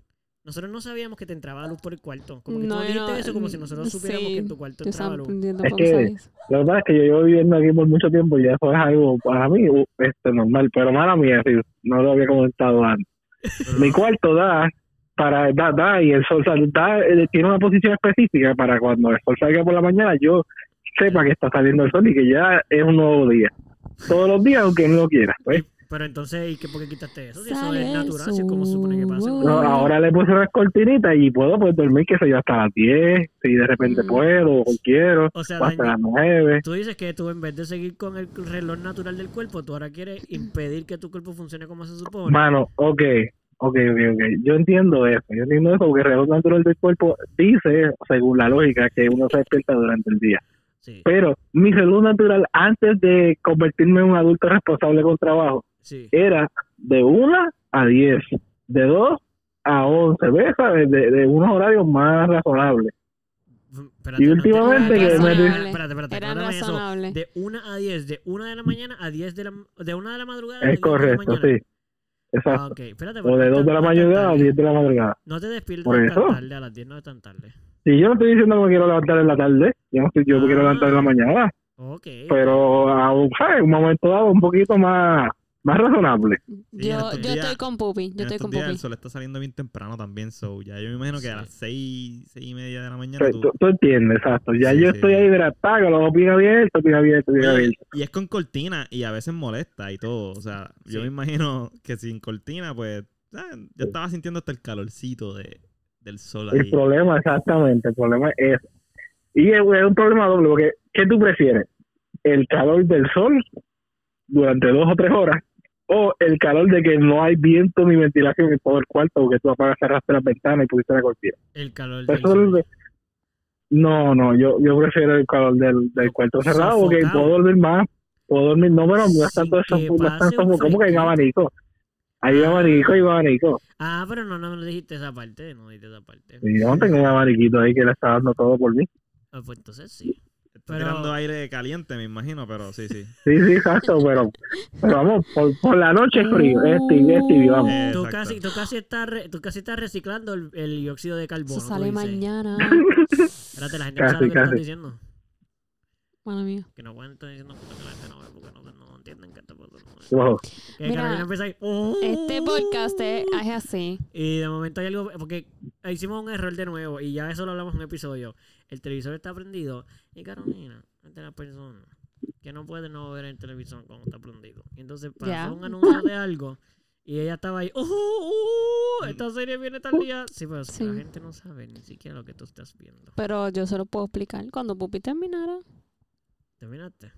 Nosotros no sabíamos que te entraba luz por el cuarto. Como que
No,
tú
yo
dijiste
no-
eso como si nosotros supiéramos
sí,
que en tu cuarto
Yo estaba
entraba luz.
aprendiendo
Es
cómo
que-
usar eso.
Lo que pasa es que yo llevo viviendo aquí por mucho tiempo y ya eso es algo para mí uh, este, normal, pero mala mía, sí, no lo había comentado antes. Mi cuarto da para da, da y el sol sal- da, eh, tiene una posición específica para cuando el sol salga por la mañana yo sepa que está saliendo el sol y que ya es un nuevo día. Todos los días, aunque no lo quiera. pues. ¿ves?
Y- Pero entonces, ¿y qué por qué quitaste eso? Si eso
Sale
es
el
natural, si es como se supone que pasa.
sol.
No, ahora le puse unas cortinitas y puedo pues dormir, que sé yo, hasta las 10, si de repente
Mm.
puedo o quiero,
O sea,
o hasta
Dani,
las 9.
tú dices que tú en vez de seguir con el reloj natural del cuerpo, tú ahora quieres impedir que tu cuerpo funcione como se supone.
Mano, ok, ok, ok, ok. Yo entiendo eso, yo entiendo eso, porque el reloj natural del cuerpo dice, según la lógica, que uno se despierta durante el día.
Sí,
Pero mi reloj natural, antes de convertirme en un adulto responsable con trabajo,
sí.
era de 1 a 10, de 2 a 11, ¿ves? ¿Sabes? De, de unos horarios más razonables.
Espérate,
Y
no te-
últimamente
espérate,
que me-
espérate, espérate, espérate,
Era
no dame eso.
razonable.
De 1 a 10, de 1 de la mañana a 10 de la, de 1 de la madrugada. a
Es
10 de la
correcto,
mañana.
sí.
Ah,
Exacto.
ok, espérate.
O
pero
de
no tan-
2 de la
no tan
mañana a
tarde.
10 de la madrugada.
No te despiertes
Por
tan
eso.
tarde, a las 10 no es tan tarde.
Y yo no estoy diciendo que me quiero levantar en la tarde, yo, no estoy, yo me quiero
Ah.
levantar en la mañana,
Ok.
pero a un, ¿sabes? un momento dado un poquito más, más razonable.
en
Yo,
estos
yo
días-
estoy con Pupi.
En
Yo estoy
estos
con
días el
Pupi.
sol está saliendo bien temprano también, so ya yo me imagino que a
Sí.
las seis, seis y media de la mañana
Pero
tú...
Pues, Tú, tú entiendes, exacto. Ya
Sí,
yo
sí.
estoy ahí hidratado, con los ojos bien abiertos, bien abiertos, bien
Oye,
abiertos.
y es con cortina y a veces molesta y todo. O sea, yo
Sí.
me imagino que sin cortina, pues, ah, yo estaba sintiendo hasta el calorcito de, del sol
El
ahí.
problema, exactamente, el problema es Y es, es un problema doble, porque ¿qué tú prefieres? ¿El calor del sol durante dos o tres horas? ¿O el calor de que no hay viento ni ventilación en todo el cuarto porque tú apagas, cerraste las ventanas y pusiste la cortina?
El calor del
Eso es
sol.
lo que- no, no, yo, yo prefiero el calor del, del cuarto
Pues
cerrado porque
Sofocado.
puedo dormir más, puedo dormir, no, pero no es
Sin
tanto
que
eso, no es
pase
tanto
un Ah.
como, como que en
fresquito.
abanico. Hay un abanico y un abanico.
Ah, pero no, no, no dijiste esa parte, no dijiste esa parte.
Y yo no tengo un abaniquito ahí que le está dando todo por mí.
Ah, pues entonces sí.
Está
Pero-
tirando aire caliente, me imagino, pero sí, sí.
Sí, sí, exacto, pero, pero vamos, por, por la noche es frío, es tibio, es
Uh.
tibio, vamos.
Eh,
(laughs) Tú
exacto.
casi, tú, casi estás re- tú casi estás reciclando el, el dióxido de carbono.
Eso
tú
sale
dices.
(laughs)
mañana.
Espérate, la gente no sabe lo
Casi,
que estás
casi.
diciendo.
Mano mía.
Que no pueden estar diciendo puta que la gente no ve porque no, no entienden que está pasando.
Ojo.
Que
Mira,
Carolina empieza ahí. "Oh".
Este podcast es es así.
Y de momento hay algo. Porque hicimos un error de nuevo y ya eso lo hablamos en un episodio. El televisor está prendido y Carolina es de las personas que no puede no ver el televisor cuando está prendido. Y entonces pasó
Ya.
un anuncio de algo y ella estaba ahí. "Oh, Esta serie viene tal día. Sí, pero si la
Sí.
gente no sabe ni siquiera lo que tú estás viendo.
Pero yo se lo puedo explicar. Cuando Pupi terminara.
¿Terminaste?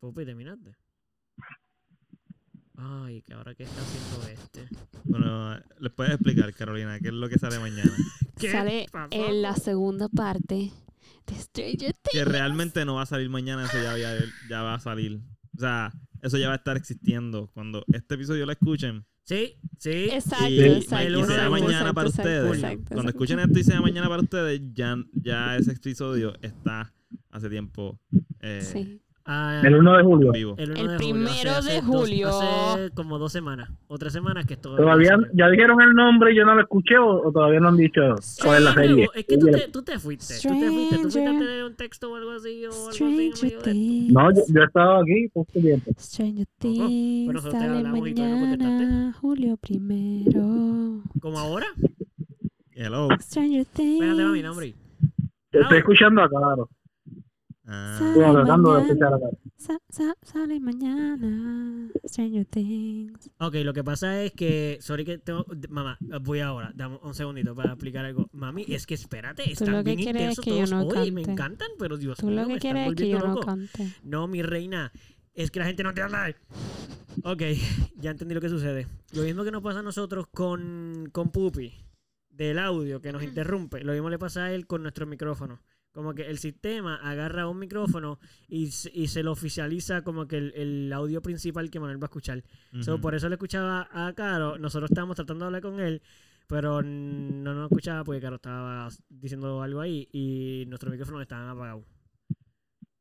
Pupi, ¿terminaste? Ay, que ahora qué está haciendo este.
Bueno, les puedes explicar, Carolina, qué es lo que sale
(laughs)
mañana.
¿Qué
Sale
pasó?
en la segunda parte de Stranger Things.
Que realmente no va a salir mañana, eso ya, ya, ya va a salir. O sea, eso ya va a estar existiendo. Cuando este episodio lo escuchen,
Sí, sí.
Exacto,
y,
exacto.
y sea
exacto,
mañana
exacto,
para
exacto,
ustedes.
exacto,
Cuando
exacto.
escuchen esto y sea mañana para ustedes, ya, ya ese episodio está hace tiempo eh,
Sí.
Ah,
El 1 de
en
julio.
vivo.
el 1
El
de
primero
julio. hace-
de
hace dos-
julio.
hace como dos semanas o tres semanas que esto
¿Todavía ya dijeron el nombre y yo no lo escuché o, o todavía no han dicho cuál es la
Stranger
serie?
Wo- Es que tú te, tú te fuiste. Tú te fuiste. Tú fuiste
Stranger-
antes de un texto o algo así. O algo así en medio
Stranger
de esto.
Things.
No, yo, yo he estado aquí por este tiempo.
Stranger
Ojo,
Things
pero eso te
sale
hablamos y todavía no
mañana, julio primero.
Como ahora.
Hello.
Stranger Things.
Espérate, mami, nombre.
Te estoy escuchando a Caro.
Ah,
Sale
Estoy tratando de
mañana,
escuchar a Caro.
sa- sa- sale mañana. Stranger Things.
Ok, lo que pasa es que. Sorry que tengo. de- Mamá, voy ahora. Dame un segundito para explicar algo. Mami, es que espérate.
lo
Están
que
bien
quieres es
intensos
que yo
todos
no
hoy. Me
cante.
encantan, pero Dios
Tú
mío,
lo
Pues me
que
están
quieres es que yo
volviendo
no
loco.
cante.
No, mi reina, es que la gente no te habla. Ok, ya entendí lo que sucede. Lo mismo que nos pasa a nosotros con, con Pupi, del audio que nos interrumpe, lo mismo le pasa a él con nuestro micrófono. Como que el sistema agarra un micrófono y, se- y se lo oficializa como que el, el audio principal que Manuel va a escuchar. So,
ujú.
por eso le escuchaba a Caro, nosotros estábamos tratando de hablar con él, pero no nos escuchaba porque Caro estaba diciendo algo ahí y nuestros micrófonos estaban apagados.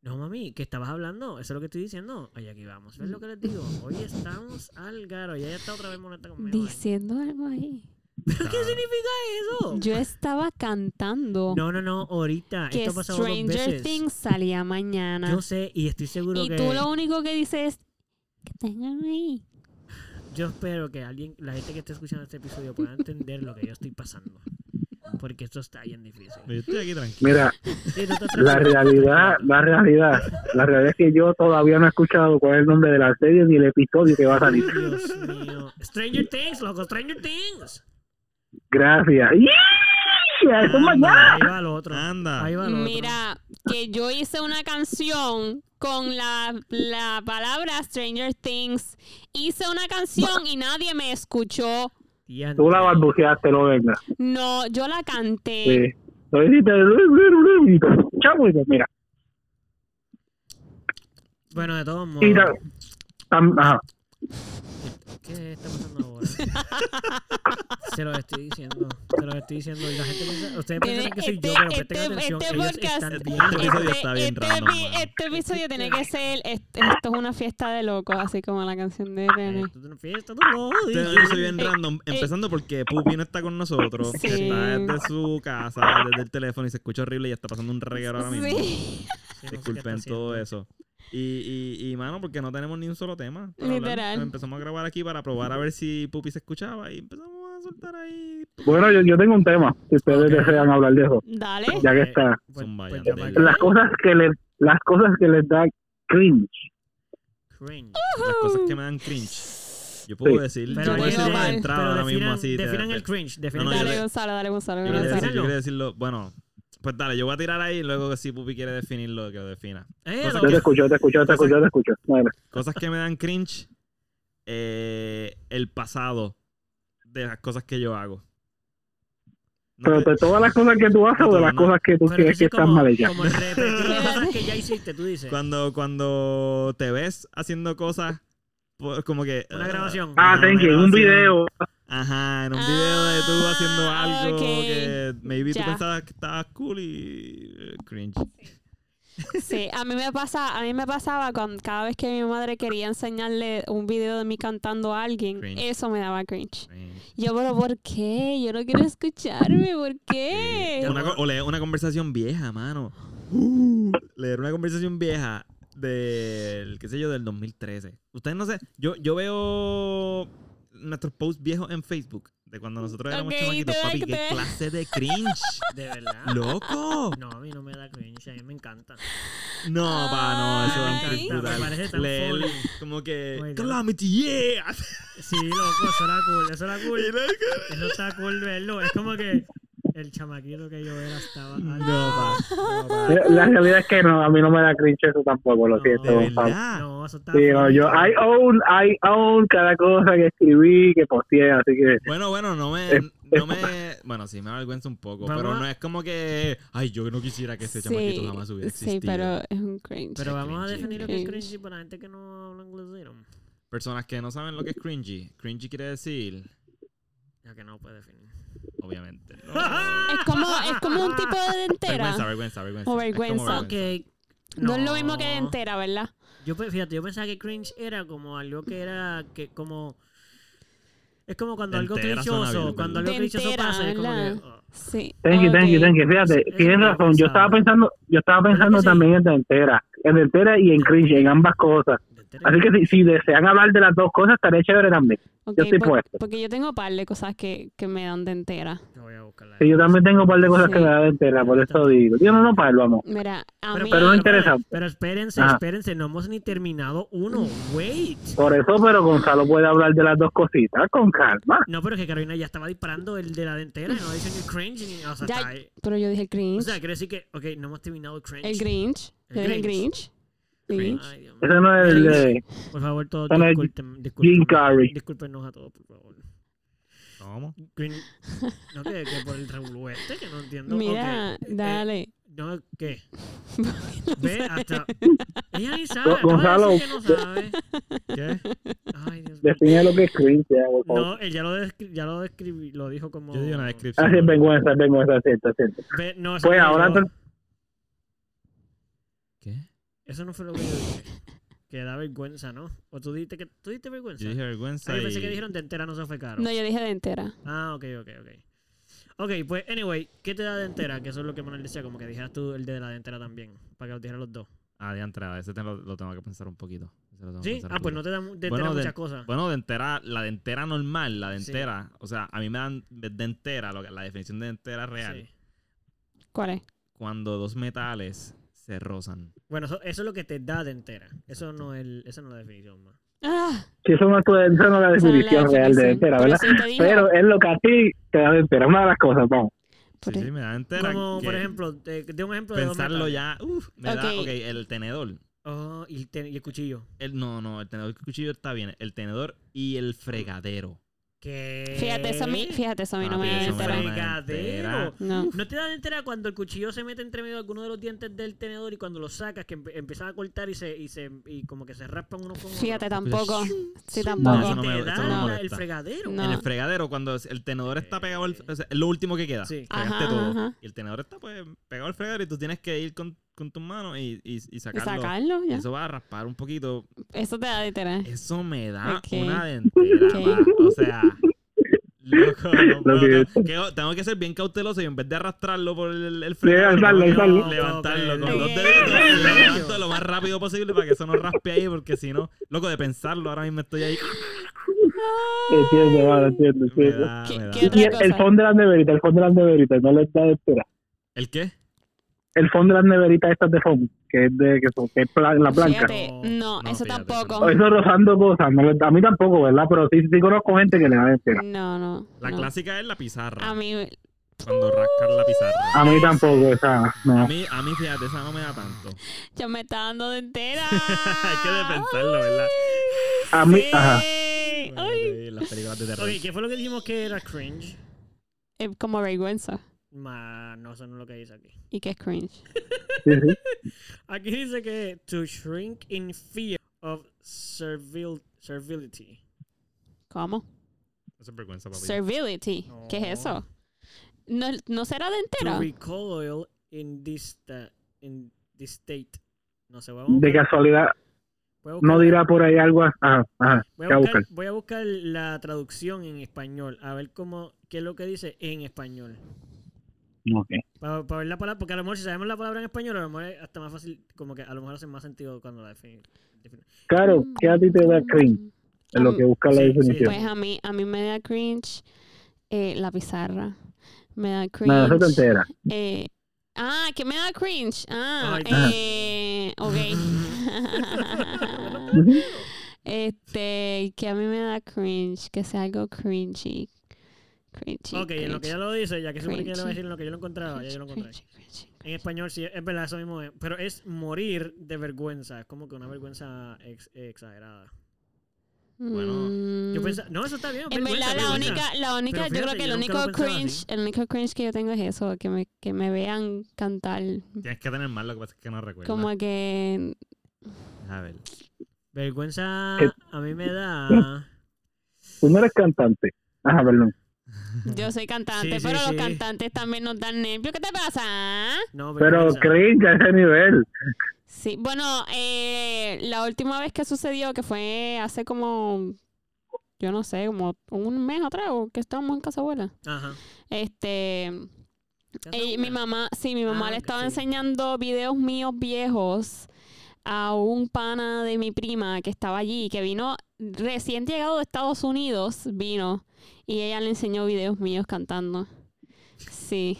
No, mami, ¿qué estabas hablando? Eso es lo que estoy diciendo. Ay, aquí vamos. ¿Ves lo que les digo? Hoy estamos al garo. Y ella está otra vez molesta conmigo. ¿eh?
Diciendo algo ahí.
(laughs) ¿Pero qué significa eso?
Yo estaba cantando
No, no, no. Ahorita.
que
Esto ha pasado dos
Stranger
veces.
Things salía mañana.
Yo sé y estoy seguro
Y
que...
tú lo único que dices es que tengan ahí.
Yo espero que alguien, la gente que esté escuchando este episodio pueda entender lo que yo estoy pasando. Porque esto está bien difícil.
Pues Yo estoy aquí tranquilo.
Mira,
Sí, tú estás
la
tranquilo.
realidad, la realidad, la realidad es que yo todavía no he escuchado cuál es el nombre de la serie ni el episodio que va a salir.
Dios mío. Stranger Things, loco, Stranger Things.
Gracias. ¡Yeah! ¡Eso Ah, es
Anda,
mañana!
Ahí va lo otro.
Anda.
Ahí va lo otro.
Mira, que yo hice una canción con la, la palabra Stranger Things. Hice una canción y nadie me escuchó.
Diantre.
Tú la balbuceaste, no venga.
No, yo la canté.
Sí. Lo hiciste. y- Chavo, y- pues mira.
Bueno, de todos modos.
Y ta- tam- ajá.
¿Qué está pasando
(laughs)
ahora? se los estoy diciendo. Se los estoy diciendo. Y la gente piensa, ustedes
Tiene-
piensan que soy yo, pero presten atención.
Eh, este
Ellos
podcast-
están bien
Este episodio está bien
este
random,
epi-
mano.
este episodio tiene
(laughs)
que ser. est- Esto es una fiesta de locos, así como la canción de René.
Esto es una fiesta, tú lo
Este
odias.
episodio bien
eh,
random,
eh.
empezando porque Pupi no está con nosotros,
Sí.
está desde su casa, desde el teléfono y se escucha horrible y está pasando un reguero ahora mismo.
Sí, (laughs)
Sí, no sé qué
Disculpen
está
todo
haciendo.
eso. Y, y, y, mano, porque no tenemos ni un solo tema. para hablar.
Literal.
Empezamos a grabar aquí para probar a ver si Pupi se escuchaba y empezamos a soltar ahí.
Bueno, yo, yo tengo un tema, si ustedes
Ok.
desean hablar de eso,
Dale.
ya que
Eh,
está.
pues-
Zumba,
pues
Yandel.
llama-
Las cosas que les, las cosas que les da cringe.
Cringe.
Las cosas que me dan cringe. Yo puedo
Sí.
decir,
Pero
yo puedo
yo
decir
no-
de
pero
entrada ahora mismo
definan-
así. te-
Definan
te-
el cringe. Definan
no, yo
el
dale,
le-
Gonzalo, dale, Gonzalo.
yo
Pero
quería decir-
Gonzalo.
defínalo.
yo quería decirlo, bueno, pues dale, yo voy a tirar ahí y luego que si Pupi quiere definirlo, que lo defina.
Eh,
Cosas
lo
Yo te
que-
escucho, te escucho, te escucho, te escucho. Dale.
Cosas que me dan cringe. eh, el pasado de las cosas que yo hago. No
Pero
te-
de todas las cosas que tú haces o de las
No, no.
cosas que tú
Pero
crees
eso
que
es
están
como,
mal hechas.
como repetir las cosas que ya hiciste, tú dices.
cuando, cuando te ves haciendo cosas pues, como que.
Una
ah,
grabación.
Ah,
una
thank you, un
grabación.
video.
Ajá, en un video de tú haciendo
Ah,
algo
ok.
que maybe
Ya.
tú pensabas que estabas cool y. eh, cringe.
Sí, a mí me pasa, a mí me pasaba cuando, cada vez que mi madre quería enseñarle un video de mí cantando a alguien,
Cringe.
eso me daba cringe.
Cringe.
Yo, pero ¿por qué? Yo no quiero escucharme, ¿por
Sí.
qué?
Una, co- o leer una conversación vieja, mano. (gasps) Uh, leer una conversación vieja del, qué sé yo, del 2013. Ustedes no sé, yo, yo veo nuestros posts viejos en Facebook de cuando nosotros éramos
Ok,
chamaquitos,
te-
papi, qué
te-
clase de cringe.
De verdad. (laughs)
¡Loco!
No, a mí no me da cringe, a mí me encanta.
No, pa, no, eso
Ay.
es un cringe
Ah, Me parece tan
brutal.
Oh
Leer
funny.
como que,
Muy bien.
Calamity, yeah. (laughs)
Sí, loco, eso era cool, eso era
Y
cool.
like,
Eso está cool verlo. Es como que el chamaquito que yo era estaba.
No, pa, no, pa.
La realidad es que no, a mí no me da cringe eso tampoco, lo
No,
siento,
De
Gonzalo.
verdad.
No, eso está.
Sí, no,
funny.
yo, oh. I own, I own cada cosa que escribí, que posteé, así que
Bueno, bueno, no me,
(laughs)
no me. Bueno, sí, me avergüenza un poco.
Vamos
Pero
a-
no es como que. Ay, yo no quisiera que ese chamaquito jamás hubiera
sí,
existido.
pero es un cringe.
Pero vamos a
cringe.
definir lo que es
Cringe.
cringe para la gente que no habla inglés. ¿no?
Personas que no saben lo que es cringy. Cringy quiere decir,
Ya que no puede definir.
obviamente.
(laughs)
no.
Es como, es como un tipo
(laughs) vergüenza,
de dentera.
vergüenza, vergüenza.
O
Es como
vergüenza.
Ok.
No es lo mismo que
No.
dentera, ¿verdad?
Yo, pe- fíjate, yo pensaba que cringe era como algo que era que como es como cuando algo
Dentera suena
crinchoso,
bien,
cuando
¿verdad?
algo crinchoso
Dentera,
pasa es como que
¿verdad?
oh,
Sí.
Thank you, thank you,
ok.
thank you. Fíjate,
Eso
tienes
no lo
razón. Yo
pensaba.
estaba pensando, yo estaba
¿Verdad que
pensando
sí?
también en dentera, en dentera y en cringe, en ambas cosas.
dentera.
Así que si, si desean hablar de las dos cosas, estaría chévere también.
Ok,
Yo estoy
por-
puesto.
Porque yo tengo par de cosas que, que me dan dentera.
Yo voy a buscarla.
Sí, yo también tengo un par de cosas
Sí.
que me da dentera, por eso digo. Yo no, no, para lo amo.
Mira, a mí.
pero no interesa.
Pero espérense,
Ajá.
espérense, no hemos ni terminado uno. Wait.
Por eso, pero Gonzalo puede hablar de las dos cositas con calma.
No, pero es que Carolina ya estaba disparando el de la dentera, no ha dicho ni cringe ni, o sea,
Ya-
está ahí.
pero yo dije el
O
cringe.
sea, quiere decir que ok, no hemos terminado el cringe.
el Grinch.
El
Yo dije el Grinch. Sí.
Grinch.
Ay, Dios mío.
Ese no es el de...
Por favor, todos
Con el
disculpen, disculpen,
Carrey.
discúlpenos a todos, por favor.
¿Cómo?
Green- No, que, que por el revolú este, que no entiendo.
Mira,
ok. Eh,
dale.
no,
(laughs)
¿qué? Ve hasta. Ella ni sabe.
Go-
acaba de
Gonzalo.
decir que no sabe.
¿Qué?
Ay, Dios mío.
Define lo que es cringe, ya, por favor.
No, él ya lo, descri- ya lo describí, lo dijo como.
Yo di una descripción.
Así Ah, es vergüenza, es vergüenza, es cierto, es cierto.
Ve, no, eso
Pues
no
ahora...
yo-
te-
¿Qué?
Eso no fue lo que yo dije. Que da vergüenza, ¿no? O tú dijiste que. ¿Tú dijiste vergüenza?
Yo dije
Ah,
vergüenza
yo
y...
pensé que dijeron de entera no se fue
ah,
caro.
No, yo dije dentera.
Ah, ok, ok, ok. Ok, pues, anyway, ¿qué te da de entera? Que eso es lo que Manuel decía, como que dijeras tú el de la dentera también, para que lo dijeran los dos.
Ah, de entrada. Ese te lo, lo tengo que pensar un poquito. Ese lo tengo que
Sí,
pensar un
ah,
poquito.
pues no te da mu- de
Bueno,
entera
de-
muchas cosas.
Bueno, de entera, la de entera normal, la de
Sí.
entera. O sea, a mí me dan de de entera, lo que- la definición de entera real.
Sí.
¿Cuál es?
Cuando dos metales se rozan.
Bueno, eso, eso es lo que te da de entera. Eso no es, el- esa no es la definición más.
Ah,
Si eso no, es tu- esa no es la
esa no es la
definición real de
definición.
entera,
Pero
¿verdad?
sí te digo,
Pero es lo que a ti te da entera, una de las cosas, vamos.
por
Sí,
eso.
sí, me da entera.
Como,
que
por ejemplo, de, de un ejemplo de dos
pensarlo
metales.
ya, uff, me da,
Ok.
ok, el tenedor.
Oh, y el, ten- y el cuchillo.
El, no, no, el tenedor y el cuchillo está bien. El tenedor y el fregadero.
Que...
Fíjate, eso a mí, fíjate, eso a mí no
Papi,
me da
Ah, eso me da
dentera.
una
Fregadero.
No.
¿No te da de entera cuando el cuchillo se mete entre medio de alguno de los dientes del tenedor y cuando lo sacas, que empiezas a cortar y se, y se y como que se raspan unos con
Fíjate,
otros?
tampoco. Sí,
No, Pues, eso
tampoco.
no
te
me-
da
eso no me
la-
molesta.
el fregadero.
No.
En el fregadero, cuando es- el tenedor está pegado al... o sea, es lo último que queda.
Sí.
Fregaste
Ajá,
todo.
ajá.
Y el tenedor está pues pegado al fregadero y tú tienes que ir con, con tus manos y, y, y sacarlo.
Sacarlo, ya.
Eso va a raspar un poquito.
Eso te da dentera.
Eso me da
Ok.
una dentera,
Ok.
ma. O sea, loco,
(laughs)
no puedo-
que-
que- tengo que ser bien cauteloso y en vez de arrastrarlo por el, el
alzarlo,
tengo que
alzarlo.
levantarlo con los
Ok.
deditos. Lo levanto lo más rápido posible para que eso no raspe ahí, porque si no, loco, de pensarlo, ahora mismo estoy ahí.
Entiendo, mano, entiendo,
Me
entiendo.
da,
¿Qué-
me da.
qué otra-
Y el, el fondo de las neveritas, el fondo de las neveritas, no le da entera.
¿El qué?
El fondo de las neveritas estas de foam, que es de que son, que es pla- la blanca.
Fíjate, no,
No,
eso
fíjate,
tampoco.
O eso rozando cosas, no le- a mí tampoco, ¿verdad? Pero sí, sí conozco gente que le da entera.
No, no.
La
no. Ah,
clásica es la pizarra.
A mí,
Cuando rascar la pizarra.
A mí tampoco, esa, no.
A mí, a mí, fíjate, esa no me da tanto. (laughs)
ya me está dando dentera.
Hay que de pensarlo, ¿verdad?
A mí,
Sí.
ajá.
Ay.
Las películas de terror.
Ok, ¿qué fue lo que dijimos que era cringe?
Es como vergüenza.
Ma, no, eso no es lo que dice aquí.
Y que es cringe.
Sí, sí.
Aquí dice que to shrink in fear of servil servility.
¿Cómo?
Eso es vergüenza, papi.
Servility. ¿Qué es eso? ¿No, no será
To
dentera?
recoil in this, sta- in this state. No sé, voy a
De
buscar.
casualidad,
voy a buscar-
no dirá por ahí algo, ajá, ajá,
voy
¿qué
a,
va a
buscar,
buscar?
voy a buscar la traducción en español. A ver cómo, qué es lo que dice en español.
Ok.
Para, ver la palabra, porque a lo mejor si sabemos la palabra en español, a lo mejor es hasta más fácil, como que a lo mejor hace más sentido cuando la defini- defini-
Claro, ¿qué a ti te da cringe? Es lo que busca la
Mm. Sí, sí.
definición.
Pues a mí, a mí me da cringe eh, la pizarra. Me da cringe.
Nada, eso te entera.
eh, ah, que me da cringe. Ah,
Ay,
eh,
(laughs)
ok. este, que a mí me da cringe, que sea algo cringy. Cringy.
Ok, en lo que
cringy,
ya lo dice, ya que supe que le iba a
Cringy.
decir en lo que yo lo encontraba, ya yo lo
cringy,
encontré.
cringy, cringy.
En español sí, es verdad, eso mismo es. Pero es morir de vergüenza, es como que una vergüenza ex- exagerada.
Mm.
Yo pensaba, no, eso está bien,
En
vergüenza,
verdad, la
vergüenza.
única, la única, yo
fíjate,
creo que
yo
el
nunca lo
único
pensaba así.
cringe, el único cringe que yo tengo es eso, que me, que me vean cantar
(laughs)
Tienes que tener mal, lo que pasa es que no recuerdo.
como que
A ver.
Vergüenza
Eh,
¿Qué?
a mí me
(laughs)
da.
Tú no eres cantante. Ajá, perdón.
Yo soy cantante,
Sí, sí,
pero
sí.
los cantantes también nos dan nervios. ¿Qué te pasa?
No,
Pero
vergüenza.
cringe a ese nivel.
Sí, bueno, eh, la última vez que sucedió, que fue hace como, yo no sé, como un mes atrás, o que estábamos en casa abuela.
Ajá.
Este, eh, mi mamá, sí, mi mamá
Ah,
le
ok,
estaba
sí.
enseñando videos míos viejos a un pana de mi prima que estaba allí, que vino recién llegado de Estados Unidos, vino y ella le enseñó videos míos cantando. Sí.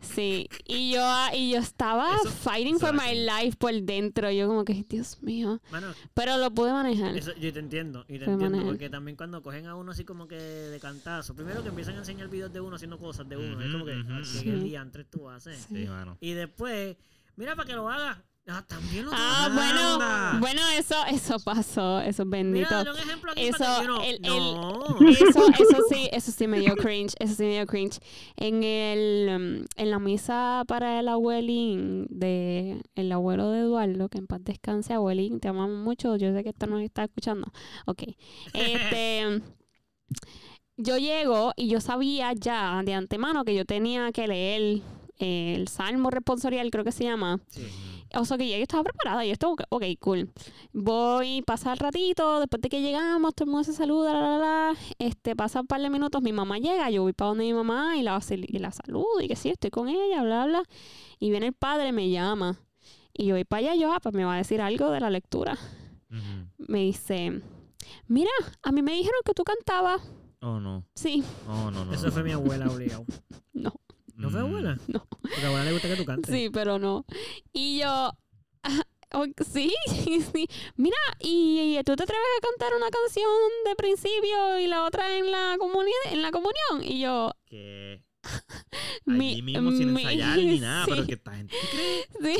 Sí, y yo, ah, y yo estaba
Eso-
fighting
eso
for
da
my life por dentro. Yo como que, Dios mío.
Mano,
Pero lo pude manejar.
Eso, yo te entiendo, y te
Fue
entiendo,
manejar.
porque también cuando cogen a uno así como que de cantazo, primero que empiezan a enseñar videos de uno haciendo cosas de uno, es como que,
Ujú, ujú,
"Ah,
ujú.
¿qué
Sí.
diantres tú haces?
Sí.
Sí, mano.
Y después, mira para que lo haga, ah, también lo
Ah,
trabaja.
bueno,
Anda.
bueno, eso, eso pasó, eso
Mira,
bendito.
dale un ejemplo aquí para
Eso,
que yo no...
el- el-
no.
Eso, eso sí, eso sí me dio cringe, eso sí me dio cringe. En el um, en la misa para el abuelín de el abuelo de Eduardo, que en paz descanse, abuelín, te amamos mucho, yo sé que esto nos está escuchando. Ok. Este yo llego y yo sabía ya de antemano que yo tenía que leer eh, el Salmo responsorial, creo que se llama.
Sí.
O sea que ya yo estaba preparada, yo estaba, ok, cool. Voy, pasa el ratito, después de que llegamos, todo el mundo se saluda, la, la, la. Este, pasa un par de minutos, mi mamá llega, yo voy para donde mi mamá y la, sal- y la saludo y que sí, estoy con ella, bla, bla. Y viene el padre, me llama. Y yo voy para allá, yo, ah, pues me va a decir algo de la lectura.
Ujú.
Me dice, mira, a mí me dijeron que tú cantabas.
Oh, no.
Sí,
Oh, no, no.
Eso fue
no. Mm,
mi abuela, obligado.
no,
¿No fue abuela?
No.
Porque a la abuela le gusta que tú cantes.
sí, pero no. Y yo, (laughs) ah, ok, sí, sí. Mira, y, y tú te atreves a cantar una canción de principio y la otra en la comunión, en la comunión. Y yo,
Que
mi-
allí mismo sin
mi-
ensayar
(laughs)
ni nada, pero
sí,
que esta gente...
sí.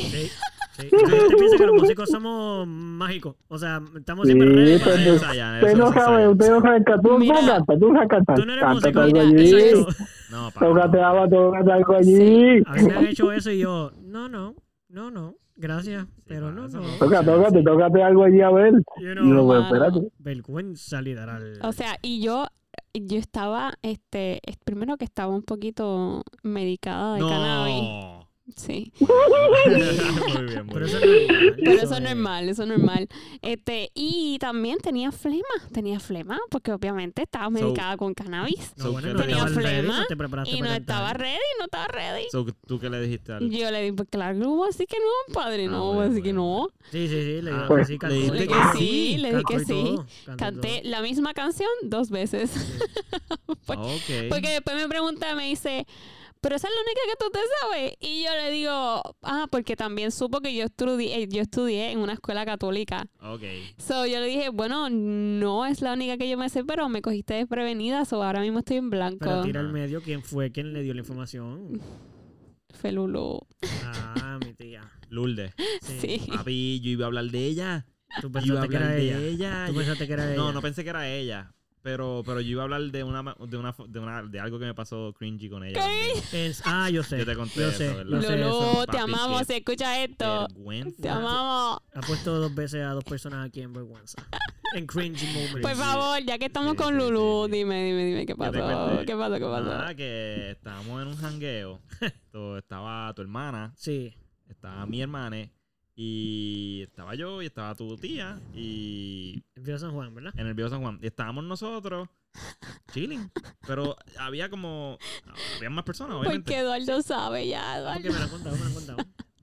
Sí, sí. Usted piensa que los
(laughs)
músicos somos mágicos. O sea, estamos siempre (laughs)
Sí,
ready para
pero-
Eso
eso.
ensayan,
Usted
eso
no
se
sabe,
ensayan.
usted no sabe cantar. Tú
Mira.
no cantas, tú no cantas.
Tú no eres músico.
Cántate algo
mira,
allí.
eso
exacto.
No, pa.
Tócate agua, tócate algo allí.
Sí.
A mí me han hecho eso y yo, no, no, no, no, gracias, pero no,
pasa,
no.
¿no?
Toca, tócate, tócate algo allí a ver.
Y
Y
uno,
yo,
Wow.
pues, espérate.
vergüenza literal.
O sea, y yo, yo estaba, este, es- primero que estaba un poquito medicada de cannabis.
No.
Sí.
(laughs) muy bien, muy
pero eso
(laughs) bien.
no es normal.
Pero eso es normal, eso es normal. Este, y también tenía flema, tenía flema, porque obviamente estaba medicada con cannabis.
No, bueno,
So,
no
tenía
estabas ready,
flema
no te
Ah,
preparaste
Y no
para
¿eh?
cantar.
estaba ready, no estaba ready.
So, ¿Tú qué le dijiste al...
Yo le dije, pues claro, no, así que no, padre,
Ah,
no,
bueno,
así que
bueno.
no.
Sí, sí, sí, le
Ah,
dije que
pues,
sí,
le dijiste
cantó.
Le
que
dije
sí,
sí, le dije
cantó
que
y
sí.
todo, cantó y
Canté la misma canción dos veces.
todo. Sí.
Pues,
Ok.
Porque después me pregunta, me dice, pero esa es la única que tú te sabes. Y yo le digo, ah, porque también supo que yo estudié, eh, yo estudié en una escuela católica.
Ok.
So, yo le dije, bueno, no es la única que yo me sé, pero me cogiste desprevenida, so ahora mismo estoy en
Pero
blanco.
tira al medio quién fue quien le dio la
(laughs)
información.
Felulo.
Ah, mi tía.
Lourdes.
Sí.
Papi, yo iba a hablar de ella.
Tú
Yo iba a
pensaste Pues que
hablar
era
de
ella.
ella.
Tú
Yo-
pensaste que era ella.
No, no pensé que era ella. Pero, pero yo iba a hablar de una, ma- de una, fo- de una, de algo que me pasó cringy con ella. también.
Es- ah, yo sé.
Yo te conté
Yo
eso,
sé,
¿verdad?
yo sé eso.
Lolo, te
papi,
amamos,
que-
si escuchas esto. Te
Vergüenza.
amamos.
Ha puesto dos veces a dos personas aquí en vergüenza. (laughs) En cringy moments.
Por favor, ya que estamos
Sí, sí,
con Lulu,
sí, sí.
dime, dime, dime, ¿qué
Yo te
pasó?
conté.
¿Qué pasó? ¿Qué pasó?
Nada, que estábamos en un jangueo. (laughs) Esto, estaba tu hermana,
Sí.
estaba mi hermana, y estaba yo, y estaba tu tía, y
Envió a San Juan, ¿verdad?
en el Viejo San Juan. Y estábamos nosotros chilling. Pero había como. Había más personas,
Porque
obviamente. (laughs)
Eduardo sabe ya,
Porque me
Eduardo.
lo han contado, me lo han (laughs) contado.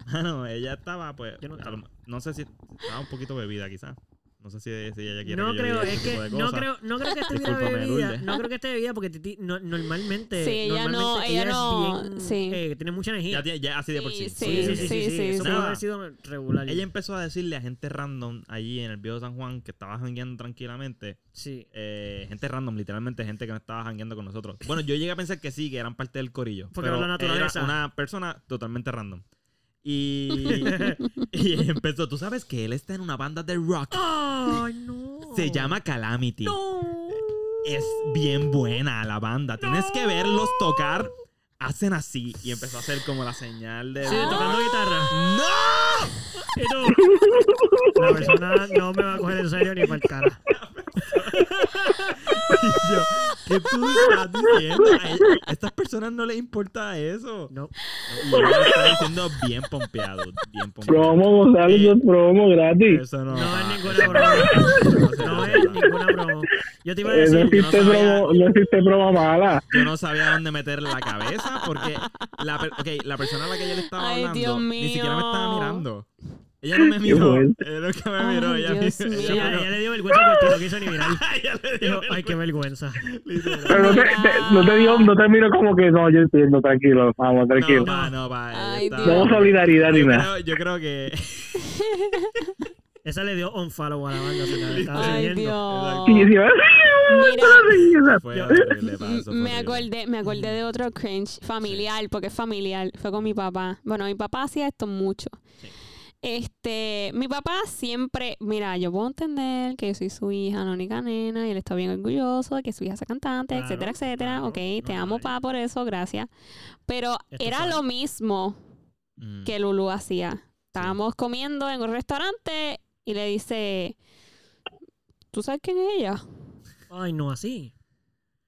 Mano, ella estaba, pues.
Yo no
a lo- No, sé si estaba un poquito bebida, quizás. No sé si, si ella quiere
No
que yo
creo,
diga ese
es
tipo
que
de
no
cosas.
creo, no creo que esté bebida,
Discúlpame,
bebida.
Lourdes.
No creo que esté bebida porque Titi no- normalmente,
Sí, ella no-
normalmente
ella
es
no-
bien,
sí.
eh, tiene mucha
Ya,
energía.
tiene- ya así de por sí.
Sí,
Sí, sí, sí, sí,
sí,
sí,
sí,
Eso
sí.
puede haber
Nada.
sido regular.
Ella empezó a decirle a gente random allí en el Viejo San Juan que estaba jangueando tranquilamente.
Sí.
eh, gente random, literalmente gente que no estaba jangueando con nosotros. Bueno, yo llegué a pensar que sí, que eran parte del corillo.
Porque
pero
era la naturaleza.
Era una persona totalmente random. Y, y empezó, tú sabes que él está en una banda de rock.
Ay, no.
Se llama Calamity.
No.
Es bien buena la banda. Tienes que verlos tocar. Hacen así. Y empezó a hacer como la señal de...
Sí, tocando guitarra.
¡No!
(laughs) Y tú, la persona no me va a coger en serio ni para el cara.
Y (laughs) yo, ¿qué tú estás diciendo? A él- a estas personas no les importa eso.
No.
Y yo lo estoy diciendo bien pompeado, bien pompeado.
Promo,
Eh,
González, yo promo gratis.
Eso no.
No es
pasa.
ninguna broma.
se
No
pasa.
es ninguna broma. Yo te iba a
Eh,
yo
decir,
no
no
existe
sabía.
promo, no existe promo mala.
Yo no sabía dónde meter la cabeza porque la, per- ok, la persona a la que yo le estaba
Ay,
hablando
Dios
ni siquiera me estaba
mío.
mirando. Ella no me miró. Ella
fuerte.
nunca me
Ay,
miró. Ella,
Dios
me-
sí,
mío.
ella
ella,
me- (laughs)
ella le dio vergüenza porque no quiso ni mirar.
ella le
Dijo,
dio
ay, qué vergüenza.
literal.
Pero no te, te- no te digo, no te miro como que no, yo entiendo, tranquilo, vamos, tranquilo.
No, pa, no, pa, ella
Ay,
estaba-
Dios.
No, solidaridad ni
yo
nada.
creo, yo creo que
Esa le dio un follow a la banda. se la estaba
Ay,
siguiendo.
Dios.
Y si vas
fue horrible. pa, eso fue
Me
horrible.
acordé, me acordé de otro cringe familiar, porque es familiar, fue con mi papá. Bueno, mi papá hacía esto mucho. Este, mi papá siempre, mira, yo puedo entender que yo soy su hija, la única nena, y él está bien orgulloso de que su hija sea cantante,
Claro,
etcétera, etcétera.
claro,
ok, te amo,
normal.
pa, por eso, gracias. Pero
Esto
era
sabe.
lo mismo
Mm.
que Lulu hacía. Estábamos comiendo en un restaurante y le dice, ¿tú sabes quién es ella?
Ay, no así.